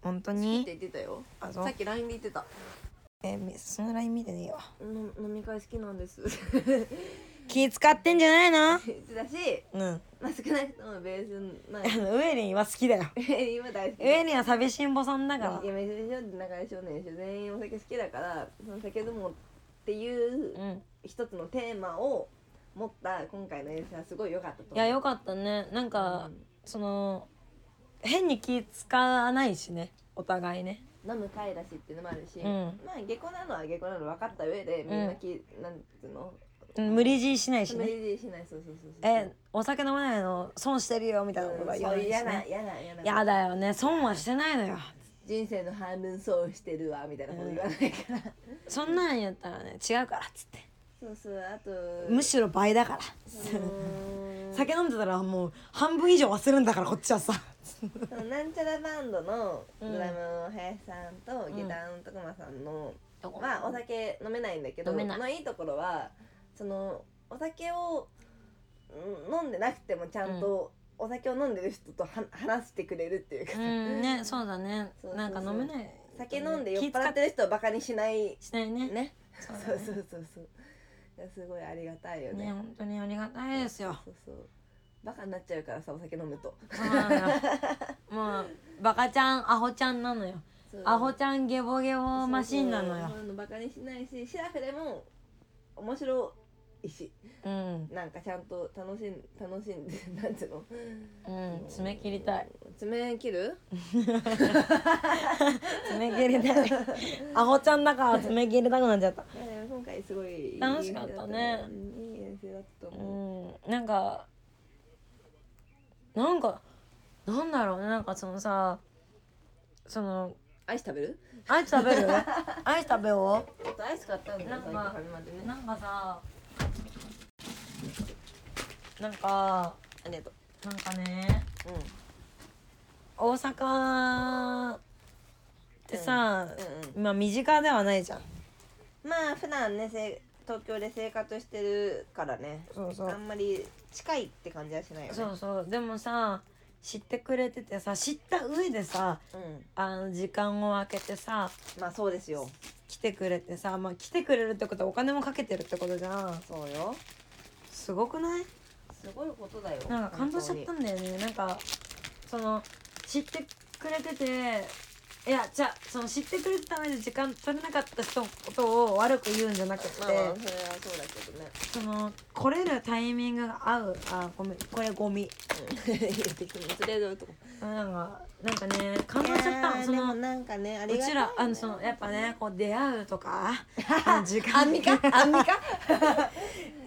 [SPEAKER 2] 本当
[SPEAKER 1] 好きっ
[SPEAKER 2] に
[SPEAKER 1] て言ってたよ
[SPEAKER 2] あそ
[SPEAKER 1] さ
[SPEAKER 2] う
[SPEAKER 1] っき LINE で言ってた
[SPEAKER 2] えーそのライン見てねえわ
[SPEAKER 1] の飲み会好きなんです
[SPEAKER 2] 気使ってんじゃないの
[SPEAKER 1] 言ってたし、
[SPEAKER 2] うん
[SPEAKER 1] まあ、少なくともベースまあ
[SPEAKER 2] あのウエリンは好きだよ
[SPEAKER 1] 今大好き
[SPEAKER 2] ウエリンは寂しんぼさんだから
[SPEAKER 1] いやめちゃめちゃ仲良し少年し全員お酒好きだからその酒どもっていう
[SPEAKER 2] うん
[SPEAKER 1] 一つのテーマを持った今回の演出はすごい良かったと思う
[SPEAKER 2] いやよかったねなんか、
[SPEAKER 1] うん
[SPEAKER 2] その変に気使わないしねお互いね
[SPEAKER 1] 飲む会だしっていうのもあるし、
[SPEAKER 2] うん
[SPEAKER 1] まあ下戸なのは下戸なの分かった上でみんなき、なんつうの
[SPEAKER 2] うん無理強いしないし
[SPEAKER 1] 無
[SPEAKER 2] ね
[SPEAKER 1] 理しないそうそうそうそう
[SPEAKER 2] えお酒飲まないの損してるよみたいなことは言わ
[SPEAKER 1] う
[SPEAKER 2] なんい
[SPEAKER 1] そう
[SPEAKER 2] し
[SPEAKER 1] 嫌な
[SPEAKER 2] ね
[SPEAKER 1] 嫌な嫌な
[SPEAKER 2] やだよね損はしてないのよ
[SPEAKER 1] 人生の半分そうしてるわみたいなこと言わないから、
[SPEAKER 2] そんなんやったらね違うからっつって
[SPEAKER 1] そうそうあと
[SPEAKER 2] むしろ倍だから
[SPEAKER 1] その
[SPEAKER 2] 酒飲んでたらもう半分以上忘れるんだからこっちはさ
[SPEAKER 1] そのなんちゃらバンドの
[SPEAKER 2] うん
[SPEAKER 1] ドラムの林さんとギターの徳間さんの、 まあお酒飲めないんだけど
[SPEAKER 2] 飲めない
[SPEAKER 1] のいいところはそのお酒をうん飲んでなくてもちゃんとお酒を飲んでる人とは話してくれるっていうか
[SPEAKER 2] う
[SPEAKER 1] さ、
[SPEAKER 2] ん ねそうだね
[SPEAKER 1] そうそうそう
[SPEAKER 2] なんか飲めない
[SPEAKER 1] 酒飲んで酔っ
[SPEAKER 2] 気使
[SPEAKER 1] 払ってる人をバカにしない
[SPEAKER 2] しないね
[SPEAKER 1] ね
[SPEAKER 2] そう
[SPEAKER 1] そう
[SPEAKER 2] だ
[SPEAKER 1] そ
[SPEAKER 2] ね
[SPEAKER 1] うそうそういやすごいありがたいよね
[SPEAKER 2] ね本当にありがたいですよ
[SPEAKER 1] そうそうバカになっちゃうからさお酒飲むと
[SPEAKER 2] そうなのよもうバカちゃんアホちゃんなのよアホちゃんゲボゲボマシンなのよ
[SPEAKER 1] そうそうそういうのバカにしないしシラフでも面白いし
[SPEAKER 2] うん
[SPEAKER 1] なんかちゃんと楽しん楽しんでなんていうの
[SPEAKER 2] うん爪切りたい
[SPEAKER 1] 爪切る
[SPEAKER 2] 爪切りたい アホちゃんだから爪切りたくなっちゃった
[SPEAKER 1] いやでも今回すごいいい
[SPEAKER 2] 楽しかったね
[SPEAKER 1] うんいい遠征だったと
[SPEAKER 2] う
[SPEAKER 1] 思う、
[SPEAKER 2] んなんかなんかなんだろうねなんかそのさその
[SPEAKER 1] アイス食べる
[SPEAKER 2] アイス食べるアイス食べよ
[SPEAKER 1] ちょっとアイス買ったんだよ
[SPEAKER 2] なんか
[SPEAKER 1] 最近ファミマで
[SPEAKER 2] う
[SPEAKER 1] ね
[SPEAKER 2] なんかさなんか
[SPEAKER 1] ありがとう
[SPEAKER 2] なんかね大阪ってさ、
[SPEAKER 1] うんうんうん
[SPEAKER 2] まあ身近ではないじゃん
[SPEAKER 1] まあ普段ねせ東京で生活してるからね
[SPEAKER 2] そうそ
[SPEAKER 1] あんまり近いって感じはしないよね
[SPEAKER 2] そうそうでもさ知ってくれててさ知った上でさ
[SPEAKER 1] うん
[SPEAKER 2] あの時間を空けてさ
[SPEAKER 1] まあそうですよ
[SPEAKER 2] 来てくれてさまあ来てくれるってことはお金もかけてるってことじゃん
[SPEAKER 1] そうよ
[SPEAKER 2] すごくない
[SPEAKER 1] すごいことだよ
[SPEAKER 2] なんか感動しちゃったんだよねなんかその知ってくれてていやじゃあその知ってくれてた上で時間取れなかった人のことを悪く言うんじゃなくて、
[SPEAKER 1] まあまあそれはそうだけどね
[SPEAKER 2] その来れるタイミングが合うあごめんこれゴミ
[SPEAKER 1] 言ってくるとりあえず置いとこう
[SPEAKER 2] なんかなんかね感動しちゃった
[SPEAKER 1] いやー
[SPEAKER 2] のそ
[SPEAKER 1] でも
[SPEAKER 2] の
[SPEAKER 1] なんかねあり
[SPEAKER 2] う
[SPEAKER 1] がた
[SPEAKER 2] ち
[SPEAKER 1] いね
[SPEAKER 2] らあのそのやっぱねこう出会うと かあの時間
[SPEAKER 1] アンミカアンミカ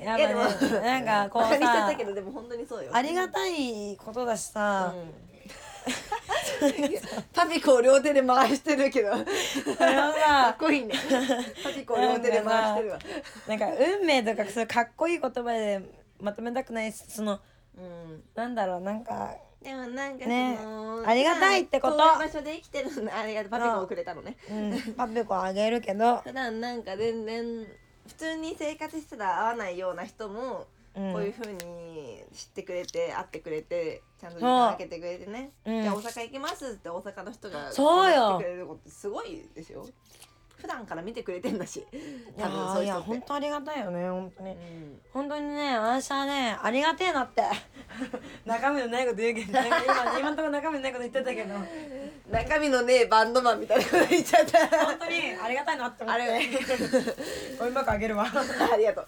[SPEAKER 2] やっ
[SPEAKER 1] いやでも
[SPEAKER 2] ぱねなんかこう
[SPEAKER 1] バカにしちゃった
[SPEAKER 2] さ
[SPEAKER 1] けどでも本当にそうよ
[SPEAKER 2] ありがたいことだしさ、
[SPEAKER 1] うんいやパピコを両手で回してるけど
[SPEAKER 2] それはさ
[SPEAKER 1] かっこいいねパピコを両手で回してるわ
[SPEAKER 2] なんか運命とかそういうかっこいい言葉でまとめたくないしその
[SPEAKER 1] うん
[SPEAKER 2] なんだろうなんか
[SPEAKER 1] でもなんかそ
[SPEAKER 2] ね
[SPEAKER 1] の、
[SPEAKER 2] ありがたいってこと
[SPEAKER 1] 普段そういう場所で生きてるのありがとうパピコをくれたのね
[SPEAKER 2] うんパピコあげるけど、
[SPEAKER 1] 普段なんか全然普通に生活してたら会わないような人も
[SPEAKER 2] うん、
[SPEAKER 1] こういうふうに知ってくれて会ってくれてちゃんと時間かけてくれてね、
[SPEAKER 2] うん
[SPEAKER 1] じゃあ大阪行きますって大阪の人が
[SPEAKER 2] そうよ
[SPEAKER 1] 来てくれることすごいですよ普段から見てくれてんだし
[SPEAKER 2] いや
[SPEAKER 1] 多分そう
[SPEAKER 2] い
[SPEAKER 1] いう
[SPEAKER 2] や
[SPEAKER 1] 人って
[SPEAKER 2] 本当ありがたいよね本当に。
[SPEAKER 1] うん
[SPEAKER 2] 本当にね私はねありが てえなって中身のないこと言うけどなんか今今んとこ中身のないこと言ってたけど
[SPEAKER 1] 中身のねえバンドマンみたいなこと言っちゃ った
[SPEAKER 2] 本当にありがたいなって思っ
[SPEAKER 1] あ
[SPEAKER 2] て
[SPEAKER 1] れ
[SPEAKER 2] お今からあげるわ
[SPEAKER 1] ありがとう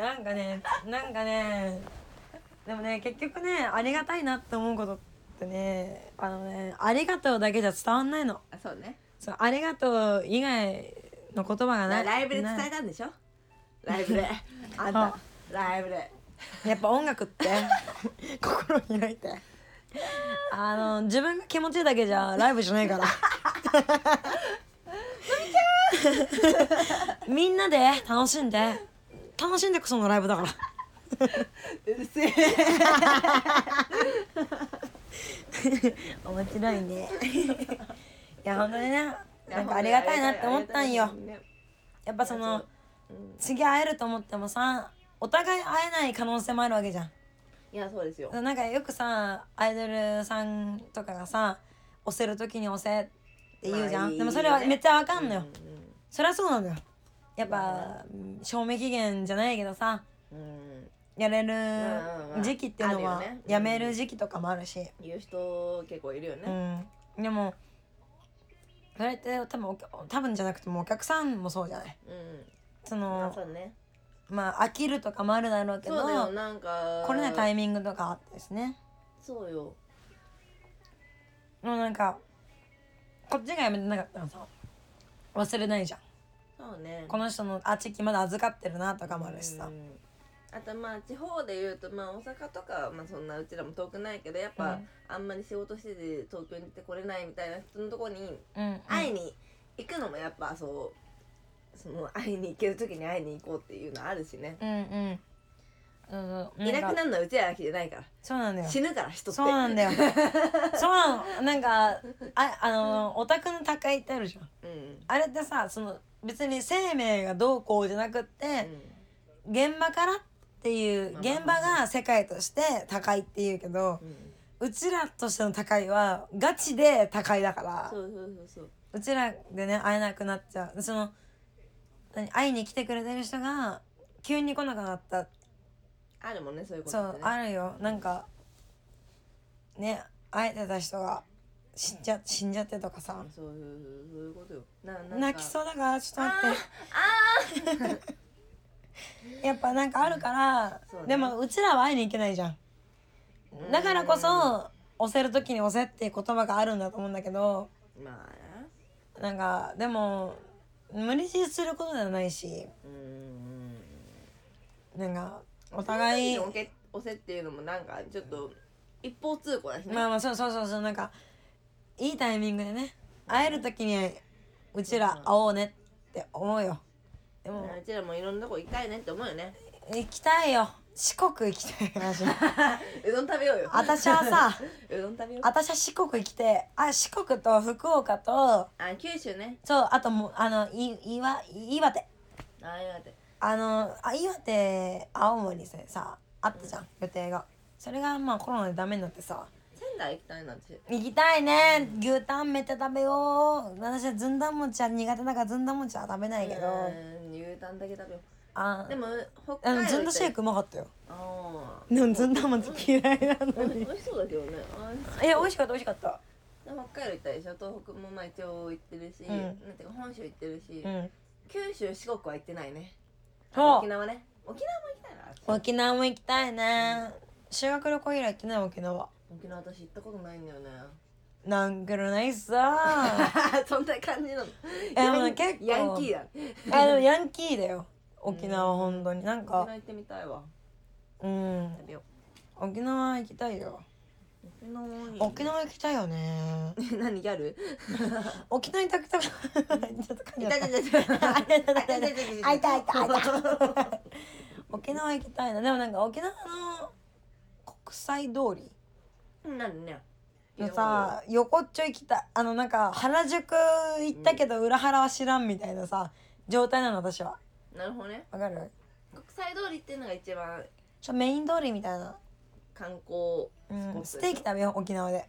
[SPEAKER 2] なんかねなんかねでもね結局ねありがたいなって思うことってねあのねありがとうだけじゃ伝わんないの
[SPEAKER 1] あそうね
[SPEAKER 2] そのありがとう以外の言葉がない
[SPEAKER 1] ライブで伝え
[SPEAKER 2] な
[SPEAKER 1] たんでしょライブ であん
[SPEAKER 2] あ
[SPEAKER 1] たライブで
[SPEAKER 2] いやっぱ音楽って 心開いてあの自分が気持ちいいだけじゃライブじゃないから みんなで楽しんで楽しんでこそのライブだから
[SPEAKER 1] うるせえ
[SPEAKER 2] 面白い ねいや本当にね なんかありがたいなって思ったんよやっぱその
[SPEAKER 1] うん
[SPEAKER 2] 次会えると思ってもさお互い会えない可能性もあるわけじゃ
[SPEAKER 1] いやそうですよ
[SPEAKER 2] んなんかよくさアイドルさんとかがさ押せる時に押せって言うじゃん、
[SPEAKER 1] まあいいよね
[SPEAKER 2] でもそれはめっちゃわかんのよ、
[SPEAKER 1] う
[SPEAKER 2] そりゃそうなんだよやっ
[SPEAKER 1] ま
[SPEAKER 2] ぱ、賞味期限じゃないけどさ
[SPEAKER 1] んうんうん
[SPEAKER 2] やれ
[SPEAKER 1] んうんう
[SPEAKER 2] る
[SPEAKER 1] ん
[SPEAKER 2] 時期っていうの
[SPEAKER 1] あ
[SPEAKER 2] は
[SPEAKER 1] るよねうん
[SPEAKER 2] やめる時期とかもあるし、
[SPEAKER 1] 言う人結構いるよね、
[SPEAKER 2] うん、でもそれって多分お客多分じゃなくてもうお客さんもそうじゃない
[SPEAKER 1] うん、
[SPEAKER 2] そ
[SPEAKER 1] まあ
[SPEAKER 2] の
[SPEAKER 1] そうね。
[SPEAKER 2] まあ飽きるとかもあるだろうけ
[SPEAKER 1] そ
[SPEAKER 2] ど
[SPEAKER 1] うだよ、なんか。
[SPEAKER 2] 来れないタ
[SPEAKER 1] イ
[SPEAKER 2] イミングとかあってですね
[SPEAKER 1] そうよ。
[SPEAKER 2] でもなんかこっちがやめてなかったらさ忘れないじゃん
[SPEAKER 1] そうね。
[SPEAKER 2] この人のあ地域まだ預かってるなとかもあるし
[SPEAKER 1] う
[SPEAKER 2] さ
[SPEAKER 1] んあとまあ地方で言うとまあ大阪とかはまあそんなうちらも遠くないけどやっ
[SPEAKER 2] う
[SPEAKER 1] ぱ
[SPEAKER 2] ん
[SPEAKER 1] あんまり仕事してて東京に行ってこれないみたいな人のとこに
[SPEAKER 2] うん、うん
[SPEAKER 1] 会いに行くのもやっぱそうその会いに行ける時に会いに行こうっていうのあるしね
[SPEAKER 2] うんうんそうそう
[SPEAKER 1] いなく
[SPEAKER 2] んか
[SPEAKER 1] なるのはうちらだけじゃないか
[SPEAKER 2] そうなんだ
[SPEAKER 1] ら
[SPEAKER 2] よ
[SPEAKER 1] 死ぬから人って
[SPEAKER 2] そうなんだよそうなのなんかああのオタクの高いってあるじゃん
[SPEAKER 1] うん
[SPEAKER 2] あれってさその別に生命がどうこうじゃなくって、現場からっていう
[SPEAKER 1] まあ
[SPEAKER 2] 現場が世界として高いっていうけど
[SPEAKER 1] うんうん
[SPEAKER 2] うちらとしての高いはガチで高いだから
[SPEAKER 1] そうそうそうそう
[SPEAKER 2] うちらでね会えなくなっちゃうその何会いに来てくれてる人が急に来なくなった
[SPEAKER 1] あるもんねそういうこと
[SPEAKER 2] そ
[SPEAKER 1] っ
[SPEAKER 2] う
[SPEAKER 1] てね
[SPEAKER 2] あるよなんかね会えてた人が死んじゃ死んじゃってとかさ
[SPEAKER 1] そうそうそうそういうことよななんか
[SPEAKER 2] 泣きそうだからちょっと待って。
[SPEAKER 1] あ
[SPEAKER 2] やっぱなんかあるから、
[SPEAKER 1] そうね
[SPEAKER 2] でもうちらは会いに行けないじゃんだからこそ押せる時に押せっていう言葉があるんだと思うんだけど
[SPEAKER 1] ーまあな
[SPEAKER 2] なんかでも無理強いすることではないし
[SPEAKER 1] うんうん
[SPEAKER 2] なんかお
[SPEAKER 1] お互
[SPEAKER 2] 互
[SPEAKER 1] い
[SPEAKER 2] い
[SPEAKER 1] 押せ押せっていうのもなんかちょっと一方通行だしね、
[SPEAKER 2] まあまあそうそうそうそうなんかいいタイミングでね会える時にうちら会おうねって思うよでも
[SPEAKER 1] うちらもいろんなとこ行きたいねって思うよね
[SPEAKER 2] 行きたいよ四国行きたい話
[SPEAKER 1] うどん食べようよ
[SPEAKER 2] 私はさ
[SPEAKER 1] うどん食べよう
[SPEAKER 2] 私は四国行きてあ四国と福岡と
[SPEAKER 1] あ九州ね
[SPEAKER 2] そうあともうあのい岩岩手
[SPEAKER 1] ああやって
[SPEAKER 2] あのあ岩手青森にさあったじゃん予定がそれがまあコロナでダメになってさ
[SPEAKER 1] 仙台行きたいなんて
[SPEAKER 2] 行きたいね牛タンめっちゃ食べよう私はずんだ餅は苦手だからずんだ餅は食べないけど
[SPEAKER 1] うん牛タンだけ食べよ
[SPEAKER 2] あ
[SPEAKER 1] うでも北
[SPEAKER 2] あ
[SPEAKER 1] 海道
[SPEAKER 2] の
[SPEAKER 1] 行きたい
[SPEAKER 2] ずんだシェイクうまかったよ
[SPEAKER 1] あ
[SPEAKER 2] でもずんだ餅嫌いな
[SPEAKER 1] あ
[SPEAKER 2] の
[SPEAKER 1] 美
[SPEAKER 2] に
[SPEAKER 1] 味しそうだけどねあー
[SPEAKER 2] いや美味しかった美味しかった
[SPEAKER 1] で北海道行ったでしょ東北もまあ一応行ってるし、
[SPEAKER 2] うん
[SPEAKER 1] なんていうか本州行ってるし、
[SPEAKER 2] うん
[SPEAKER 1] 九州四国は行ってないね
[SPEAKER 2] そ
[SPEAKER 1] 沖
[SPEAKER 2] う
[SPEAKER 1] 縄ね沖縄も行きたいな
[SPEAKER 2] 沖縄も行きたいね修学旅行以来行ってない沖縄
[SPEAKER 1] 沖縄私行ったことないんだよね
[SPEAKER 2] なんくるないっ さ
[SPEAKER 1] そんな感じなの
[SPEAKER 2] やでも
[SPEAKER 1] ヤン
[SPEAKER 2] 結構
[SPEAKER 1] ヤンキーだ
[SPEAKER 2] あでもヤンキーだよ沖縄本当になん
[SPEAKER 1] 沖縄
[SPEAKER 2] か
[SPEAKER 1] 行ってみたいわ
[SPEAKER 2] うん
[SPEAKER 1] 食べよ
[SPEAKER 2] 沖縄行きたいよ
[SPEAKER 1] う沖縄もいい
[SPEAKER 2] 沖縄行きたいよね
[SPEAKER 1] 何ギャル
[SPEAKER 2] 沖縄行きたくた ちょっと噛ん
[SPEAKER 1] い
[SPEAKER 2] じゃ
[SPEAKER 1] た
[SPEAKER 2] っ
[SPEAKER 1] い
[SPEAKER 2] た
[SPEAKER 1] たいたいた
[SPEAKER 2] あい
[SPEAKER 1] いた
[SPEAKER 2] たいたいたいたあ
[SPEAKER 1] い
[SPEAKER 2] いたいたあい
[SPEAKER 1] た
[SPEAKER 2] た 沖縄行きたいなでもなんか沖縄の国際通り
[SPEAKER 1] 何ね
[SPEAKER 2] のさ横っちょ行きたいあのなんか原宿行ったけど裏腹は知らんみたいなさ状態なの私は
[SPEAKER 1] なるほどね
[SPEAKER 2] わかる
[SPEAKER 1] 国際通りっていうのが一番
[SPEAKER 2] ちょメイン通りみたいな、
[SPEAKER 1] 観光
[SPEAKER 2] う
[SPEAKER 1] スポ
[SPEAKER 2] ん、
[SPEAKER 1] ッ
[SPEAKER 2] ス
[SPEAKER 1] ト
[SPEAKER 2] テーキ食べよう沖縄 で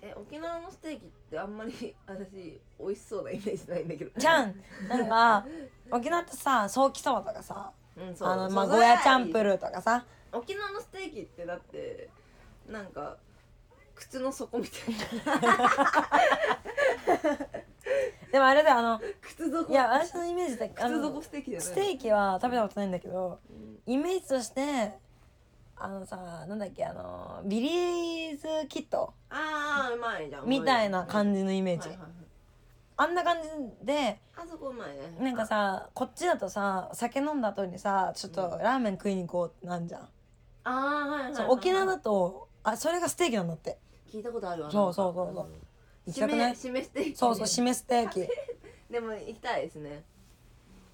[SPEAKER 1] え沖縄のステーキってあんまり 私美味しそうなイメージないんだけど
[SPEAKER 2] じゃんなんか沖縄ってさソーキそばとかさ
[SPEAKER 1] うんそう
[SPEAKER 2] あのまあ
[SPEAKER 1] 素材
[SPEAKER 2] ゴヤチャンプルーとかさ
[SPEAKER 1] 沖縄のステーキってだってなんか靴の底みたいな
[SPEAKER 2] でもあれだよあの
[SPEAKER 1] 靴底
[SPEAKER 2] いや私のイメージだけあ
[SPEAKER 1] 靴底
[SPEAKER 2] の
[SPEAKER 1] ステーキじゃない
[SPEAKER 2] ステーキは食べたことないんだけど
[SPEAKER 1] うん
[SPEAKER 2] イメージとしてあのさなんだっけあのビリーズキット
[SPEAKER 1] ああうまいじゃん
[SPEAKER 2] みたいな
[SPEAKER 1] じ
[SPEAKER 2] 感じのイメージ、あんな感じで
[SPEAKER 1] あそこうまいね
[SPEAKER 2] なんかさこっちだとさ酒飲んだ後にさちょっとラーメン食いに行こうってなんじゃん、
[SPEAKER 1] ああはいはいはいはい
[SPEAKER 2] そう沖縄だとあそれがステーキなんだって
[SPEAKER 1] 聞いたことあるわ
[SPEAKER 2] そうそうそうそうん行き
[SPEAKER 1] 締
[SPEAKER 2] たくな
[SPEAKER 1] め
[SPEAKER 2] い
[SPEAKER 1] 締めステーキ
[SPEAKER 2] そうそう締めステーキだ
[SPEAKER 1] でも行きたいですね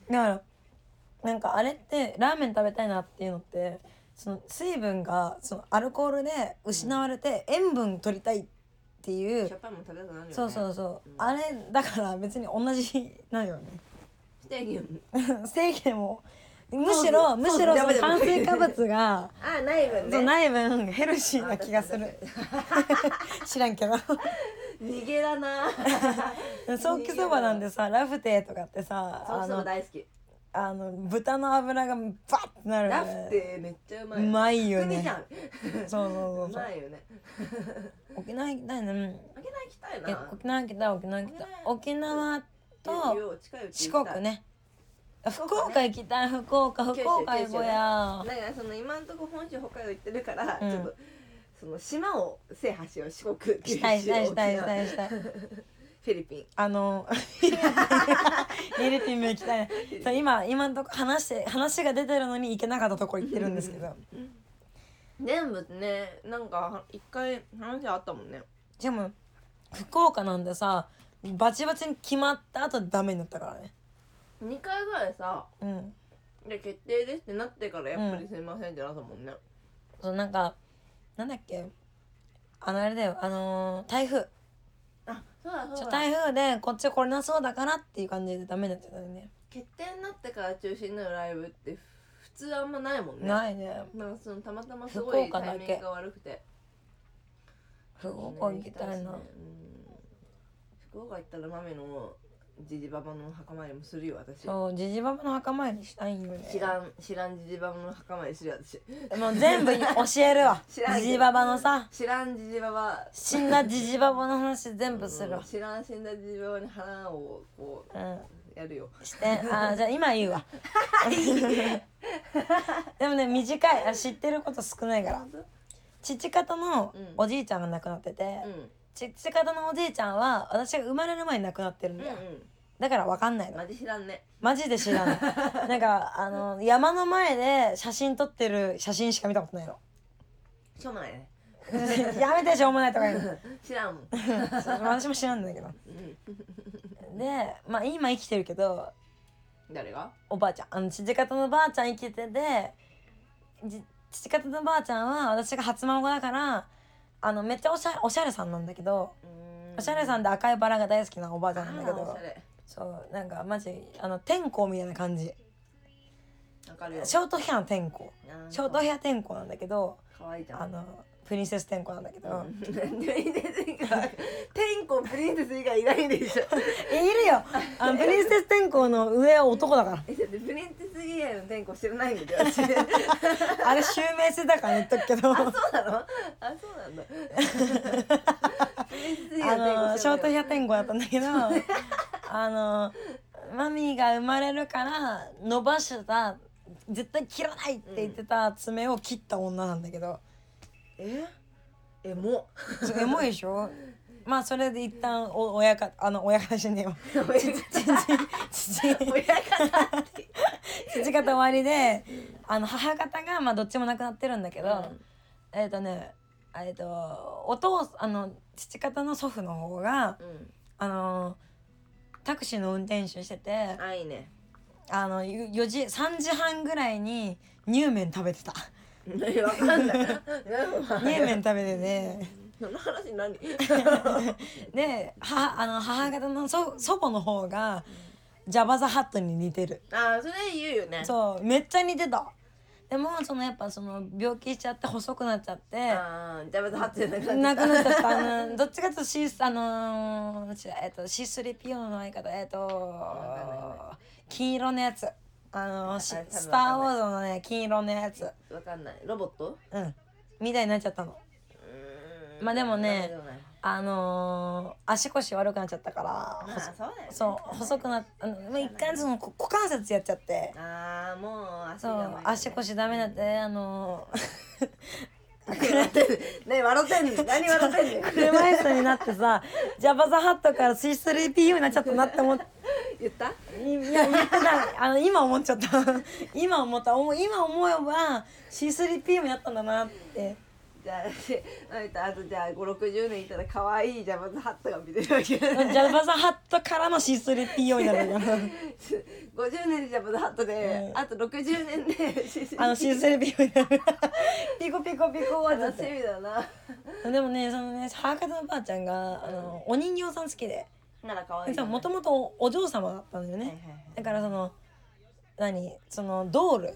[SPEAKER 2] からなんかあれってラーメン食べたいなっていうのってその水分がそのアルコールで失われて塩分取りたいっていう、
[SPEAKER 1] しょっぱいもん食べたくなるよね
[SPEAKER 2] そうそううそう、
[SPEAKER 1] ん
[SPEAKER 2] あれだから別に同じなのよね
[SPEAKER 1] ステーキ
[SPEAKER 2] ステーキでもむ
[SPEAKER 1] そう
[SPEAKER 2] しろ
[SPEAKER 1] そう
[SPEAKER 2] むしろ
[SPEAKER 1] ダ
[SPEAKER 2] そ
[SPEAKER 1] メ
[SPEAKER 2] の
[SPEAKER 1] だ
[SPEAKER 2] 炭
[SPEAKER 1] よ
[SPEAKER 2] 水化物が
[SPEAKER 1] あーない分ね
[SPEAKER 2] そうない分ヘルシーな気がす
[SPEAKER 1] あ
[SPEAKER 2] る知らんけど
[SPEAKER 1] 逃げだな
[SPEAKER 2] ソーキそばなんでさラフテーとかってさ
[SPEAKER 1] ソー
[SPEAKER 2] あ
[SPEAKER 1] キそば
[SPEAKER 2] の
[SPEAKER 1] 大好き
[SPEAKER 2] あの豚の脂がバッてなる
[SPEAKER 1] ラフテーめっちゃうま
[SPEAKER 2] う
[SPEAKER 1] い
[SPEAKER 2] まいよ
[SPEAKER 1] 国じ
[SPEAKER 2] ね
[SPEAKER 1] ゃん
[SPEAKER 2] そうそうそううそう
[SPEAKER 1] まいよね
[SPEAKER 2] 沖縄行きたいねうん
[SPEAKER 1] あげない行きたい
[SPEAKER 2] え
[SPEAKER 1] な
[SPEAKER 2] 沖縄行きたい沖縄行きたい沖縄
[SPEAKER 1] いい
[SPEAKER 2] と
[SPEAKER 1] よ近いうち
[SPEAKER 2] 四
[SPEAKER 1] 行き
[SPEAKER 2] 国
[SPEAKER 1] たい
[SPEAKER 2] ね福岡行きたい福岡
[SPEAKER 1] 九州
[SPEAKER 2] 福岡
[SPEAKER 1] 九
[SPEAKER 2] 行
[SPEAKER 1] 州
[SPEAKER 2] こうや
[SPEAKER 1] だからその今のとこ本州北海道行ってるから、
[SPEAKER 2] うん
[SPEAKER 1] ちょっとその島を制覇しよう四国九州
[SPEAKER 2] したいしたいしたいし
[SPEAKER 1] 沖縄
[SPEAKER 2] たいしたい
[SPEAKER 1] フィリピン
[SPEAKER 2] あ のフィリピンも行きたいそう今今のとこ話して話が出てるのに行けなかったところ行ってるんですけど
[SPEAKER 1] 全部ねなんかは一回話あったもんね
[SPEAKER 2] でも福岡なんでさバチバチに決まった後ダメになったからね
[SPEAKER 1] 二回ぐらいさ
[SPEAKER 2] うん
[SPEAKER 1] で決定ですってなってからやっぱりすいませんってなったもんね、
[SPEAKER 2] そうなんかなんだっけあのあれだよあのー台風
[SPEAKER 1] あそうだ
[SPEAKER 2] ち
[SPEAKER 1] そ
[SPEAKER 2] ょ
[SPEAKER 1] うだ
[SPEAKER 2] 台風でこっち来れなそうだからっていう感じでダメになっちゃったよね
[SPEAKER 1] 決定になってから中止になるライブって普通あんまないもんね
[SPEAKER 2] ないね
[SPEAKER 1] なんかそのたまたますごい
[SPEAKER 2] 福岡だ
[SPEAKER 1] タ
[SPEAKER 2] け
[SPEAKER 1] イミングが悪くて
[SPEAKER 2] 福岡行きたいな
[SPEAKER 1] うん福岡行ったらマメのジジババの墓参りもするよ私
[SPEAKER 2] そうジジババの墓参りしたい んよね
[SPEAKER 1] 知らん知らんジジババの墓参りするよ私
[SPEAKER 2] もう全部に教えるわ
[SPEAKER 1] 知らんけど
[SPEAKER 2] ジジババのさ
[SPEAKER 1] 知らんジジババ
[SPEAKER 2] 死んだジジババの話全部するわ
[SPEAKER 1] うん知らん死んだジジババに花をこ
[SPEAKER 2] うん
[SPEAKER 1] うやるよ
[SPEAKER 2] してあ ーじゃあ今言うわでもね短いあ知ってること少ないから父方のおじいちゃんが亡くなってて、
[SPEAKER 1] うんうん
[SPEAKER 2] 父方のおじいちゃんは私が生まれる前に亡くなってるんだよ、
[SPEAKER 1] う
[SPEAKER 2] だから分かんない
[SPEAKER 1] ん
[SPEAKER 2] の
[SPEAKER 1] マジ知らんね
[SPEAKER 2] マジで知 らないなんかあの山の前で写真撮ってる写真しか見たことないの
[SPEAKER 1] しょうもないね
[SPEAKER 2] やめてしょうもないとか言うの
[SPEAKER 1] 知らんもん
[SPEAKER 2] そう私も知らんんだけど
[SPEAKER 1] うん
[SPEAKER 2] でまあ今生きてるけど
[SPEAKER 1] 誰が
[SPEAKER 2] おばあちゃんあの父方のばあちゃん生きててじ父方のばあちゃんは私が初孫だからあのめっちゃおしゃおしゃれさんなんだけど、おしゃれさん
[SPEAKER 1] だ
[SPEAKER 2] で赤いバラが大好きなおばあちゃんなんだけ
[SPEAKER 1] お
[SPEAKER 2] ど
[SPEAKER 1] しゃれ
[SPEAKER 2] そうなんかマジあの天候みたいな感じ
[SPEAKER 1] わかるよ
[SPEAKER 2] ショートヘアの天候
[SPEAKER 1] なんか
[SPEAKER 2] ショートヘア天候なんだけど
[SPEAKER 1] かわいいじゃん
[SPEAKER 2] あのプリンセス天候なんだけど、
[SPEAKER 1] うんプリンセス以外天子プリンセス以外いないでしょ
[SPEAKER 2] えいるよあのプリンセス天候の上は男だから
[SPEAKER 1] えだってプリンセス以外の天子知らないん だよ私あ
[SPEAKER 2] あれ襲名してたから言っとくけど
[SPEAKER 1] そうなのあそうなんだプリンセス以
[SPEAKER 2] あ
[SPEAKER 1] 外の天
[SPEAKER 2] の
[SPEAKER 1] 子
[SPEAKER 2] ショート
[SPEAKER 1] 知らない
[SPEAKER 2] ヘア天狗だったんだけどあのマミーが生まれるから伸ばした絶対切らないって言ってた爪を切った女なんだけど、
[SPEAKER 1] ええも
[SPEAKER 2] そうエモいでし ょまあそれで一旦お親かあの親方じゃねえ よ
[SPEAKER 1] 親
[SPEAKER 2] 父
[SPEAKER 1] 方って
[SPEAKER 2] 父方終わりであの母方がまあどっちも亡くなってるんだけど、
[SPEAKER 1] うん
[SPEAKER 2] えっ、とねえっ、とお父あの父方の祖父の方が
[SPEAKER 1] うん
[SPEAKER 2] あのタクシーの運転手してて。
[SPEAKER 1] あいいね
[SPEAKER 2] あのゆ4時3時半ぐらいに乳麺食べて た
[SPEAKER 1] わかんない
[SPEAKER 2] 乳麺食べてて
[SPEAKER 1] その話 何
[SPEAKER 2] で母あの母方の祖祖母の方がジャバザハットに似てる
[SPEAKER 1] あそれ言うよね
[SPEAKER 2] そうめっちゃ似てたでもそのやっぱその病気しちゃって細くなっちゃって
[SPEAKER 1] あーじゃあまた初じゃなくなっちゃ
[SPEAKER 2] なくなっちゃ ったあのどっちかというと C あのーえっと C3PO の相方えっと金色のやつあのし
[SPEAKER 1] あ多分わかんない
[SPEAKER 2] スター・ウォーズのね金色のやつ
[SPEAKER 1] たわかんないロボット
[SPEAKER 2] うんみたいになっちゃったの
[SPEAKER 1] うーん
[SPEAKER 2] まあでもね
[SPEAKER 1] そうでない
[SPEAKER 2] あのー足腰悪くなっちゃったから、
[SPEAKER 1] まあ
[SPEAKER 2] 細
[SPEAKER 1] そうだよね
[SPEAKER 2] そう細くなっあのまあ一回そのこ股関節やっちゃって
[SPEAKER 1] ああもう足
[SPEAKER 2] そ
[SPEAKER 1] が
[SPEAKER 2] う足腰ダメだってあの
[SPEAKER 1] 笑 ってるね笑ってんの何笑ってん
[SPEAKER 2] ー
[SPEAKER 1] の
[SPEAKER 2] 車椅子になってさジャパザハットからスイス 3PU になっちゃったなって思って
[SPEAKER 1] 言った
[SPEAKER 2] いや言ってたあの今思っちゃった 今思った思う今思えば C3PM やったんだなって
[SPEAKER 1] じゃあなんかあとじゃあ560年いたら可愛いジャマズハットが見れるわけ
[SPEAKER 2] ジャバザハットからの C3PO になるんだな
[SPEAKER 1] 50年でジャマズハットで、
[SPEAKER 2] うん
[SPEAKER 1] あと60年でシシ
[SPEAKER 2] あの C3PO になるピコピコピコはだっ
[SPEAKER 1] 楽してみだな
[SPEAKER 2] でもねそのね母方のばあちゃんがあのお人形さん好きで
[SPEAKER 1] なら可愛い
[SPEAKER 2] もと
[SPEAKER 1] も
[SPEAKER 2] もとお嬢様だったんだよね、だからその何そのドール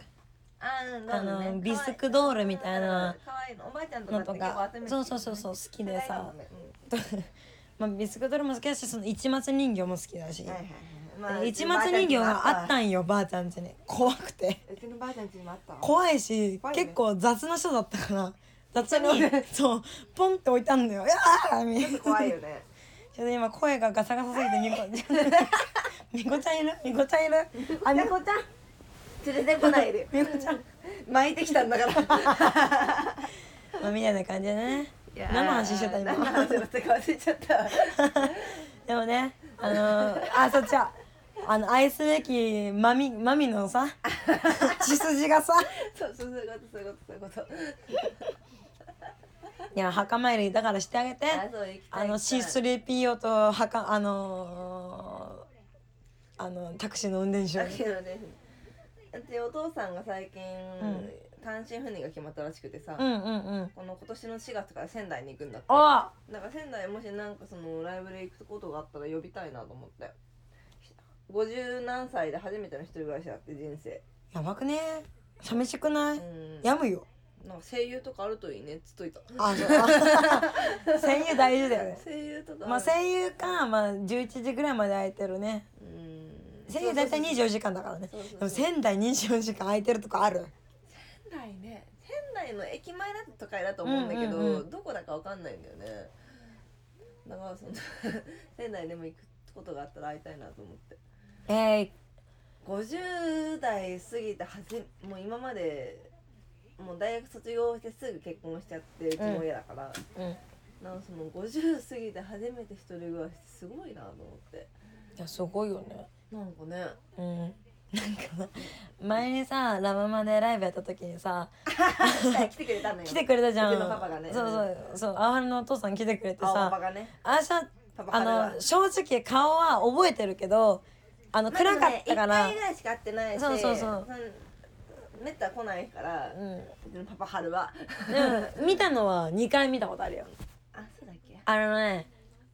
[SPEAKER 1] あーなるほどね
[SPEAKER 2] あのビスクドールみたいな
[SPEAKER 1] 可愛いのおばあちゃんとか
[SPEAKER 2] の
[SPEAKER 1] って
[SPEAKER 2] と
[SPEAKER 1] 結構
[SPEAKER 2] か
[SPEAKER 1] 集めて
[SPEAKER 2] そうそうそうそう好きでさ
[SPEAKER 1] 世代だもんねう
[SPEAKER 2] と まあ、ビスクドルも好きだしその一松人形も好きだし、
[SPEAKER 1] んはいはいはいまあ
[SPEAKER 2] で一松人形があったんよばあちゃんちに怖くて
[SPEAKER 1] うちのばあちゃんちにもあったわ
[SPEAKER 2] 怖いし
[SPEAKER 1] 怖いね
[SPEAKER 2] 結構雑な人だったから雑に そうポンって置いたんだよ「ああ!」みたいな
[SPEAKER 1] 怖いよ ね
[SPEAKER 2] ちょっと今声がガサガサすぎて みこちゃんみこちゃんいるみこちゃんいるあみ
[SPEAKER 1] みこちゃん連れてこないでよ
[SPEAKER 2] みこちゃん、
[SPEAKER 1] 巻いてきたんだ から
[SPEAKER 2] まあ、みたいな感じでね 何の話しちゃった今
[SPEAKER 1] 何の話だったか忘れちゃった わ
[SPEAKER 2] でもねあのー、あそっちはあの愛すべきマミマミの さ血筋がさ
[SPEAKER 1] そうそうそういうことそういうことそういうこと
[SPEAKER 2] いや墓参りだからしてあげて
[SPEAKER 1] あそう行きたい
[SPEAKER 2] あの
[SPEAKER 1] 行きたい
[SPEAKER 2] C3PO と墓あのー、あのタクシーの運転手
[SPEAKER 1] だけどねうちお父さんが最近、
[SPEAKER 2] ん
[SPEAKER 1] 単身赴任が決まったらしくてさ、
[SPEAKER 2] うんうんうん
[SPEAKER 1] この今年の4月から仙台に行くんだって
[SPEAKER 2] あ
[SPEAKER 1] だから仙台もしなんかそのライブで行くことがあったら呼びたいなと思って50何歳で初めての一人暮らしだって人生
[SPEAKER 2] やばくね寂しくない、
[SPEAKER 1] うん
[SPEAKER 2] やむよ
[SPEAKER 1] なんか声優とかあるといいねっつっといた
[SPEAKER 2] あそう 声優大事だよね
[SPEAKER 1] 声優とかる
[SPEAKER 2] まあ声優か、まあ、11時ぐらいまで空いてるね
[SPEAKER 1] うん
[SPEAKER 2] 仙台大体24時間だからね
[SPEAKER 1] そうそうそう
[SPEAKER 2] でも仙台24時間空いてるとこある
[SPEAKER 1] 仙台ね仙台の駅前だと都会だと思うんだけど、
[SPEAKER 2] うんうんう
[SPEAKER 1] どこだかわかんないんだよねだからその 仙台でも行くことがあったら会いたいなと思って
[SPEAKER 2] えー、
[SPEAKER 1] 50代過ぎてはじもう今までもう大学卒業してすぐ結婚しちゃってうちの親だから、
[SPEAKER 2] うんい
[SPEAKER 1] なんかその50過ぎて初めて一人暮らしってすごいなと思って
[SPEAKER 2] やすごいよね
[SPEAKER 1] なんかね
[SPEAKER 2] うんなんか前にさ「ラブマネ」ライブやった時にさ
[SPEAKER 1] 来てくれたのよ
[SPEAKER 2] 来てくれたじゃん
[SPEAKER 1] うちのパパがね
[SPEAKER 2] そうそうそうあわはるのお父さん来てくれて
[SPEAKER 1] 青パパ
[SPEAKER 2] さ
[SPEAKER 1] がね
[SPEAKER 2] あしゃ
[SPEAKER 1] パパ
[SPEAKER 2] あ
[SPEAKER 1] は
[SPEAKER 2] の正直顔は覚えてるけどあの暗かったから、
[SPEAKER 1] まだね一回ぐらいしか会ってないし
[SPEAKER 2] そうそうそうん
[SPEAKER 1] めったに来ないから、うちのパパ春は
[SPEAKER 2] うん、でも見たのは2回見たことあるよ
[SPEAKER 1] あそうだっけ
[SPEAKER 2] あのね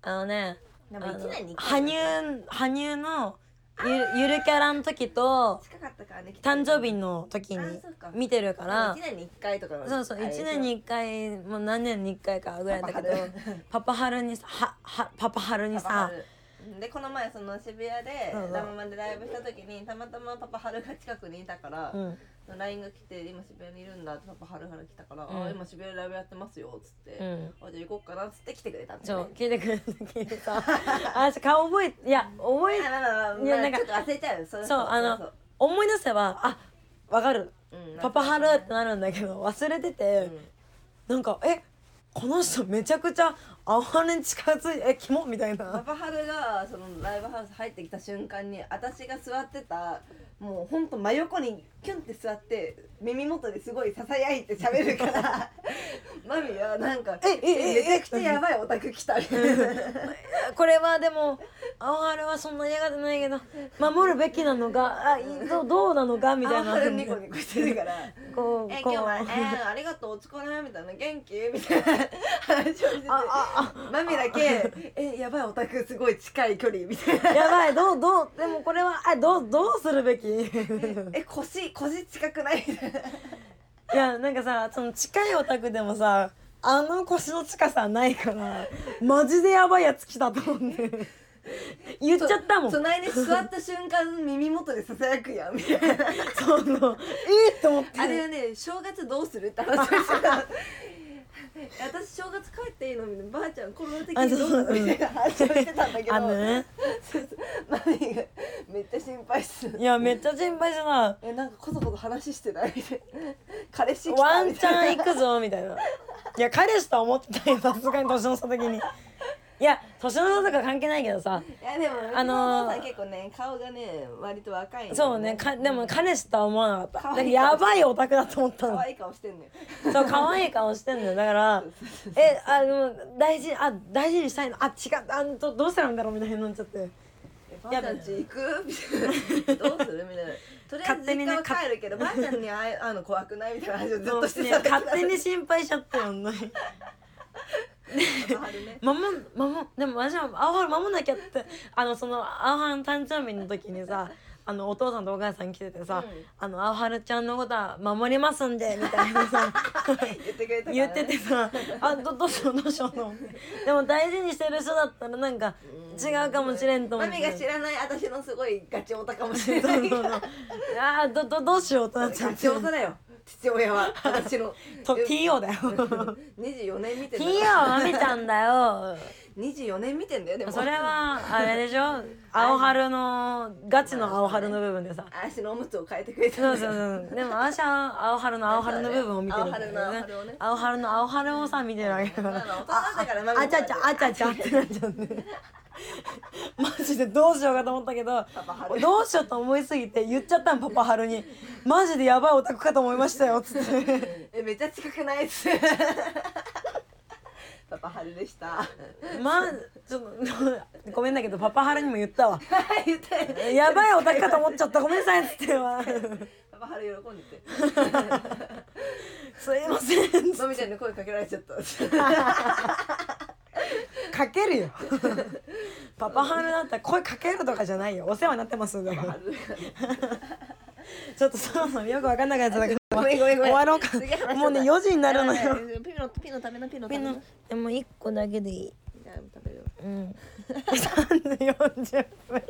[SPEAKER 2] あのね
[SPEAKER 1] で
[SPEAKER 2] あ
[SPEAKER 1] も
[SPEAKER 2] の
[SPEAKER 1] 一年に一
[SPEAKER 2] 羽
[SPEAKER 1] 回
[SPEAKER 2] 生羽生のゆるゆるキャラの時と
[SPEAKER 1] 近かったからね
[SPEAKER 2] 誕生日の時
[SPEAKER 1] あ
[SPEAKER 2] に
[SPEAKER 1] そうか
[SPEAKER 2] 見てるから
[SPEAKER 1] 1年に1回とかの
[SPEAKER 2] そうそう1年に1回もう何年に1回かぐらいだけどパ
[SPEAKER 1] パパ
[SPEAKER 2] パハルにさははパパハルに
[SPEAKER 1] パパ
[SPEAKER 2] さ
[SPEAKER 1] 春でこの前その渋谷で
[SPEAKER 2] そうそう
[SPEAKER 1] ラママでライブした時にたまたまパパ春が近くにいたから
[SPEAKER 2] う、ん
[SPEAKER 1] LINE が来て「今渋谷にいるんだ」ってパパ春春来たから「
[SPEAKER 2] うん
[SPEAKER 1] あ今渋谷でライブやってますよ」っつって「
[SPEAKER 2] うん
[SPEAKER 1] あじゃあ行こうかな」っつって来てくれたんだ
[SPEAKER 2] そ
[SPEAKER 1] よ
[SPEAKER 2] う
[SPEAKER 1] ね
[SPEAKER 2] 聞いてくれた時にさあ私顔覚えていや覚え
[SPEAKER 1] あまあまあまあ
[SPEAKER 2] いや
[SPEAKER 1] ま
[SPEAKER 2] な
[SPEAKER 1] あ
[SPEAKER 2] んか
[SPEAKER 1] ちょっと忘れちゃうよそれ
[SPEAKER 2] そうあの思い出せばあわかる
[SPEAKER 1] うん
[SPEAKER 2] パパハルってなるんだけど忘れてて、なんかえこの人めちゃくちゃ青羽に近づいてえキモみたい
[SPEAKER 1] パ
[SPEAKER 2] な
[SPEAKER 1] パハルがそのライブハウス入ってきた瞬間に私が座ってたもうほんと真横にキュンって座って耳元ですごいささやいて喋るから マミはなんか「
[SPEAKER 2] ええええ
[SPEAKER 1] めちゃくちゃやばいオタク来た」みたいな
[SPEAKER 2] これはでも青春はそんな嫌がってないけど守るべきなのかあいどうどうなのかみたい
[SPEAKER 1] パパ
[SPEAKER 2] な
[SPEAKER 1] ハルニコニコしてるから「
[SPEAKER 2] こう
[SPEAKER 1] え今
[SPEAKER 2] こう
[SPEAKER 1] 日はえ ーありがとうお疲れ」みたいな「元気?」みたいな話をしてて
[SPEAKER 2] ああ
[SPEAKER 1] マミだけ「えやばいオタクすごい近い距離」みたいな
[SPEAKER 2] あやばいどうどうでもこれはあどうどうするべき
[SPEAKER 1] 「 え腰腰近くない?」みたいない
[SPEAKER 2] やなんかさその近いお宅でもさあの腰の近さないからマジでやばいやつ来たと思って言っちゃったもん
[SPEAKER 1] そ
[SPEAKER 2] そ
[SPEAKER 1] 隣に座った瞬間耳元でささやくやんみた いな
[SPEAKER 2] のえっ、と思って
[SPEAKER 1] あれはね正月どうするって話をしてたえ私正月帰っていいのみたいなばあちゃんコロナ的にどうなのみたいな話をしてたんだけど
[SPEAKER 2] あのね
[SPEAKER 1] そうそうマミーがめっちゃ心配する
[SPEAKER 2] いやめっちゃ心配じゃない
[SPEAKER 1] えなんかこそこそ話してないみたいな彼氏来た
[SPEAKER 2] ワン
[SPEAKER 1] み
[SPEAKER 2] チ
[SPEAKER 1] たいな
[SPEAKER 2] ャン行くぞみたいな。いや彼氏とは思ってたよさすがに年の差的に。いや年の差とか関係ないけどさ
[SPEAKER 1] いやでも
[SPEAKER 2] あ
[SPEAKER 1] あ
[SPEAKER 2] のー
[SPEAKER 1] のさん結構ね顔がね割と若いんだよ
[SPEAKER 2] そうねかでも彼氏とは思わなかっただ
[SPEAKER 1] 可
[SPEAKER 2] から
[SPEAKER 1] 愛い
[SPEAKER 2] やばいオタクだと思った
[SPEAKER 1] 可
[SPEAKER 2] の
[SPEAKER 1] 愛い顔してんのよ
[SPEAKER 2] そう可愛い顔してんのよだからえあでも大事あ大事にしたいのあ違うあどどうしたらいいんだろうみたいになっちゃって
[SPEAKER 1] えばあちゃんち行くみたいなどうするみたいなとりあえ
[SPEAKER 2] 勝
[SPEAKER 1] ず
[SPEAKER 2] 手に
[SPEAKER 1] 実
[SPEAKER 2] ね
[SPEAKER 1] 家は帰るけどばあちゃんに会え会うの怖くないみたいな話をずっとして
[SPEAKER 2] ね
[SPEAKER 1] た
[SPEAKER 2] 勝手に心配しちゃったよね
[SPEAKER 1] あるね
[SPEAKER 2] 守ん守んでも私は青春守んなきゃってあのその青春の誕生日の時にさあのお父さんとお母さん来ててさ「
[SPEAKER 1] うん
[SPEAKER 2] あの青春ちゃんのことは守りますんで」みたいなさ
[SPEAKER 1] 言ってくれたから、ね、
[SPEAKER 2] 言っててさ「あどどうしようどうしよう」と思ってでも大事にしてる人だったらなんか違うかもしれんと思
[SPEAKER 1] マ
[SPEAKER 2] って。
[SPEAKER 1] ミが知らない私のすごいガチオタかもし
[SPEAKER 2] そう
[SPEAKER 1] れ
[SPEAKER 2] そうそ
[SPEAKER 1] ない
[SPEAKER 2] うあ あどどどう しようとなっちゃ
[SPEAKER 1] ガ
[SPEAKER 2] っ
[SPEAKER 1] チ
[SPEAKER 2] て
[SPEAKER 1] オタだよ父親は私の
[SPEAKER 2] と TO だよ
[SPEAKER 1] 24年見てんだ
[SPEAKER 2] TO はみちゃんだよ
[SPEAKER 1] 24年見てんだよでも
[SPEAKER 2] それはあれでしょ青春のガチの青春の部分でさ
[SPEAKER 1] 足のおむつを変えてくれたんだ
[SPEAKER 2] そ
[SPEAKER 1] よ
[SPEAKER 2] うそうそうでも私は青春の青春の部分を見てるんだよ
[SPEAKER 1] 青春の青
[SPEAKER 2] ね
[SPEAKER 1] 春をね
[SPEAKER 2] 青春の青春をさ見てるわけだか
[SPEAKER 1] まあ
[SPEAKER 2] ら
[SPEAKER 1] まあ大人だからま
[SPEAKER 2] あちゃちゃあちゃちゃってなっちゃって マジでどうしようかと思ったけど
[SPEAKER 1] パ春
[SPEAKER 2] どうしようと思いすぎて言っちゃったんパパ春にマジでやばいオタクかと思いましたよつって。
[SPEAKER 1] えめっちゃ近くないっす パパ春でした
[SPEAKER 2] まあちょっとごめんだけどパパハラにも言った わ
[SPEAKER 1] 言ったよ
[SPEAKER 2] やばいオタクかと思っちゃったごめんなさいっつっては
[SPEAKER 1] パパ春喜んでて
[SPEAKER 2] すいませんっつっ
[SPEAKER 1] マミちゃんに声かけられちゃった
[SPEAKER 2] てかけるよ パパハラだったら声かけるとかじゃないよお世話になってますだから
[SPEAKER 1] 春
[SPEAKER 2] ちょっとそもそもよく分かんなかったんだけど
[SPEAKER 1] ごめんごめんごめ
[SPEAKER 2] 終
[SPEAKER 1] ん
[SPEAKER 2] わろうか
[SPEAKER 1] 次話そう
[SPEAKER 2] もうね4時になるのよ
[SPEAKER 1] ピノピノためなピノた
[SPEAKER 2] み
[SPEAKER 1] め
[SPEAKER 2] ん
[SPEAKER 1] な
[SPEAKER 2] なでも1個だけでいい
[SPEAKER 1] じゃあ食べるよ
[SPEAKER 2] うん 3時40分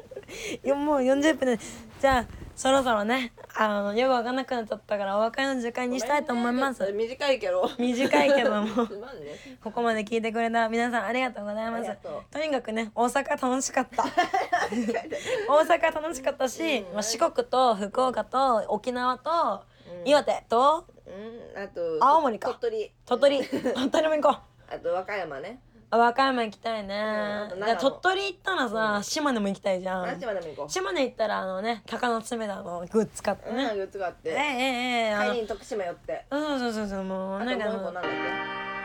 [SPEAKER 2] よもう40分でじゃあそろそろねあのよく分かんなくなっちゃったからお別れの時間にしたいと思います
[SPEAKER 1] 短いけど
[SPEAKER 2] 短いけども
[SPEAKER 1] すまんね
[SPEAKER 2] ここまで聞いてくれた皆さんありがとうございま
[SPEAKER 1] あ
[SPEAKER 2] す
[SPEAKER 1] りがと
[SPEAKER 2] とにかくね大阪楽しかった大阪楽しかったし、まあ、四国と福岡と沖縄と
[SPEAKER 1] うん
[SPEAKER 2] 岩手と
[SPEAKER 1] うんあと
[SPEAKER 2] 青森か
[SPEAKER 1] 鳥取
[SPEAKER 2] 鳥取鳥取も行こう
[SPEAKER 1] あと和歌山ね
[SPEAKER 2] あ和歌山行きたいね、
[SPEAKER 1] あと長野
[SPEAKER 2] いや鳥取行ったらさ、島根も行きたいじゃ
[SPEAKER 1] あ
[SPEAKER 2] ん
[SPEAKER 1] っちまでも行こう
[SPEAKER 2] 島根行ったらあのね鷹の爪だのグッズ買って
[SPEAKER 1] うん
[SPEAKER 2] ね、
[SPEAKER 1] グッズがあっ
[SPEAKER 2] ええ
[SPEAKER 1] て
[SPEAKER 2] ええええあ
[SPEAKER 1] 帰
[SPEAKER 2] の
[SPEAKER 1] りに徳島寄って
[SPEAKER 2] うんそうそうそうも
[SPEAKER 1] あ
[SPEAKER 2] う
[SPEAKER 1] と
[SPEAKER 2] な
[SPEAKER 1] もう
[SPEAKER 2] かあの
[SPEAKER 1] ん一個なんだっけ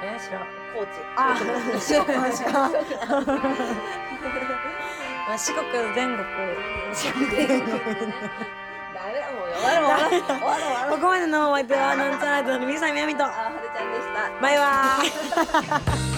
[SPEAKER 2] え知らん
[SPEAKER 1] 高知
[SPEAKER 2] あ四 国しかまあ四国全国四国 全国
[SPEAKER 1] ダメだもう終わろう終わろう終わろう終わろう
[SPEAKER 2] ここまでのお相手はなんちゃらとのみさみやみと
[SPEAKER 1] あはるちゃんでした
[SPEAKER 2] バイバイ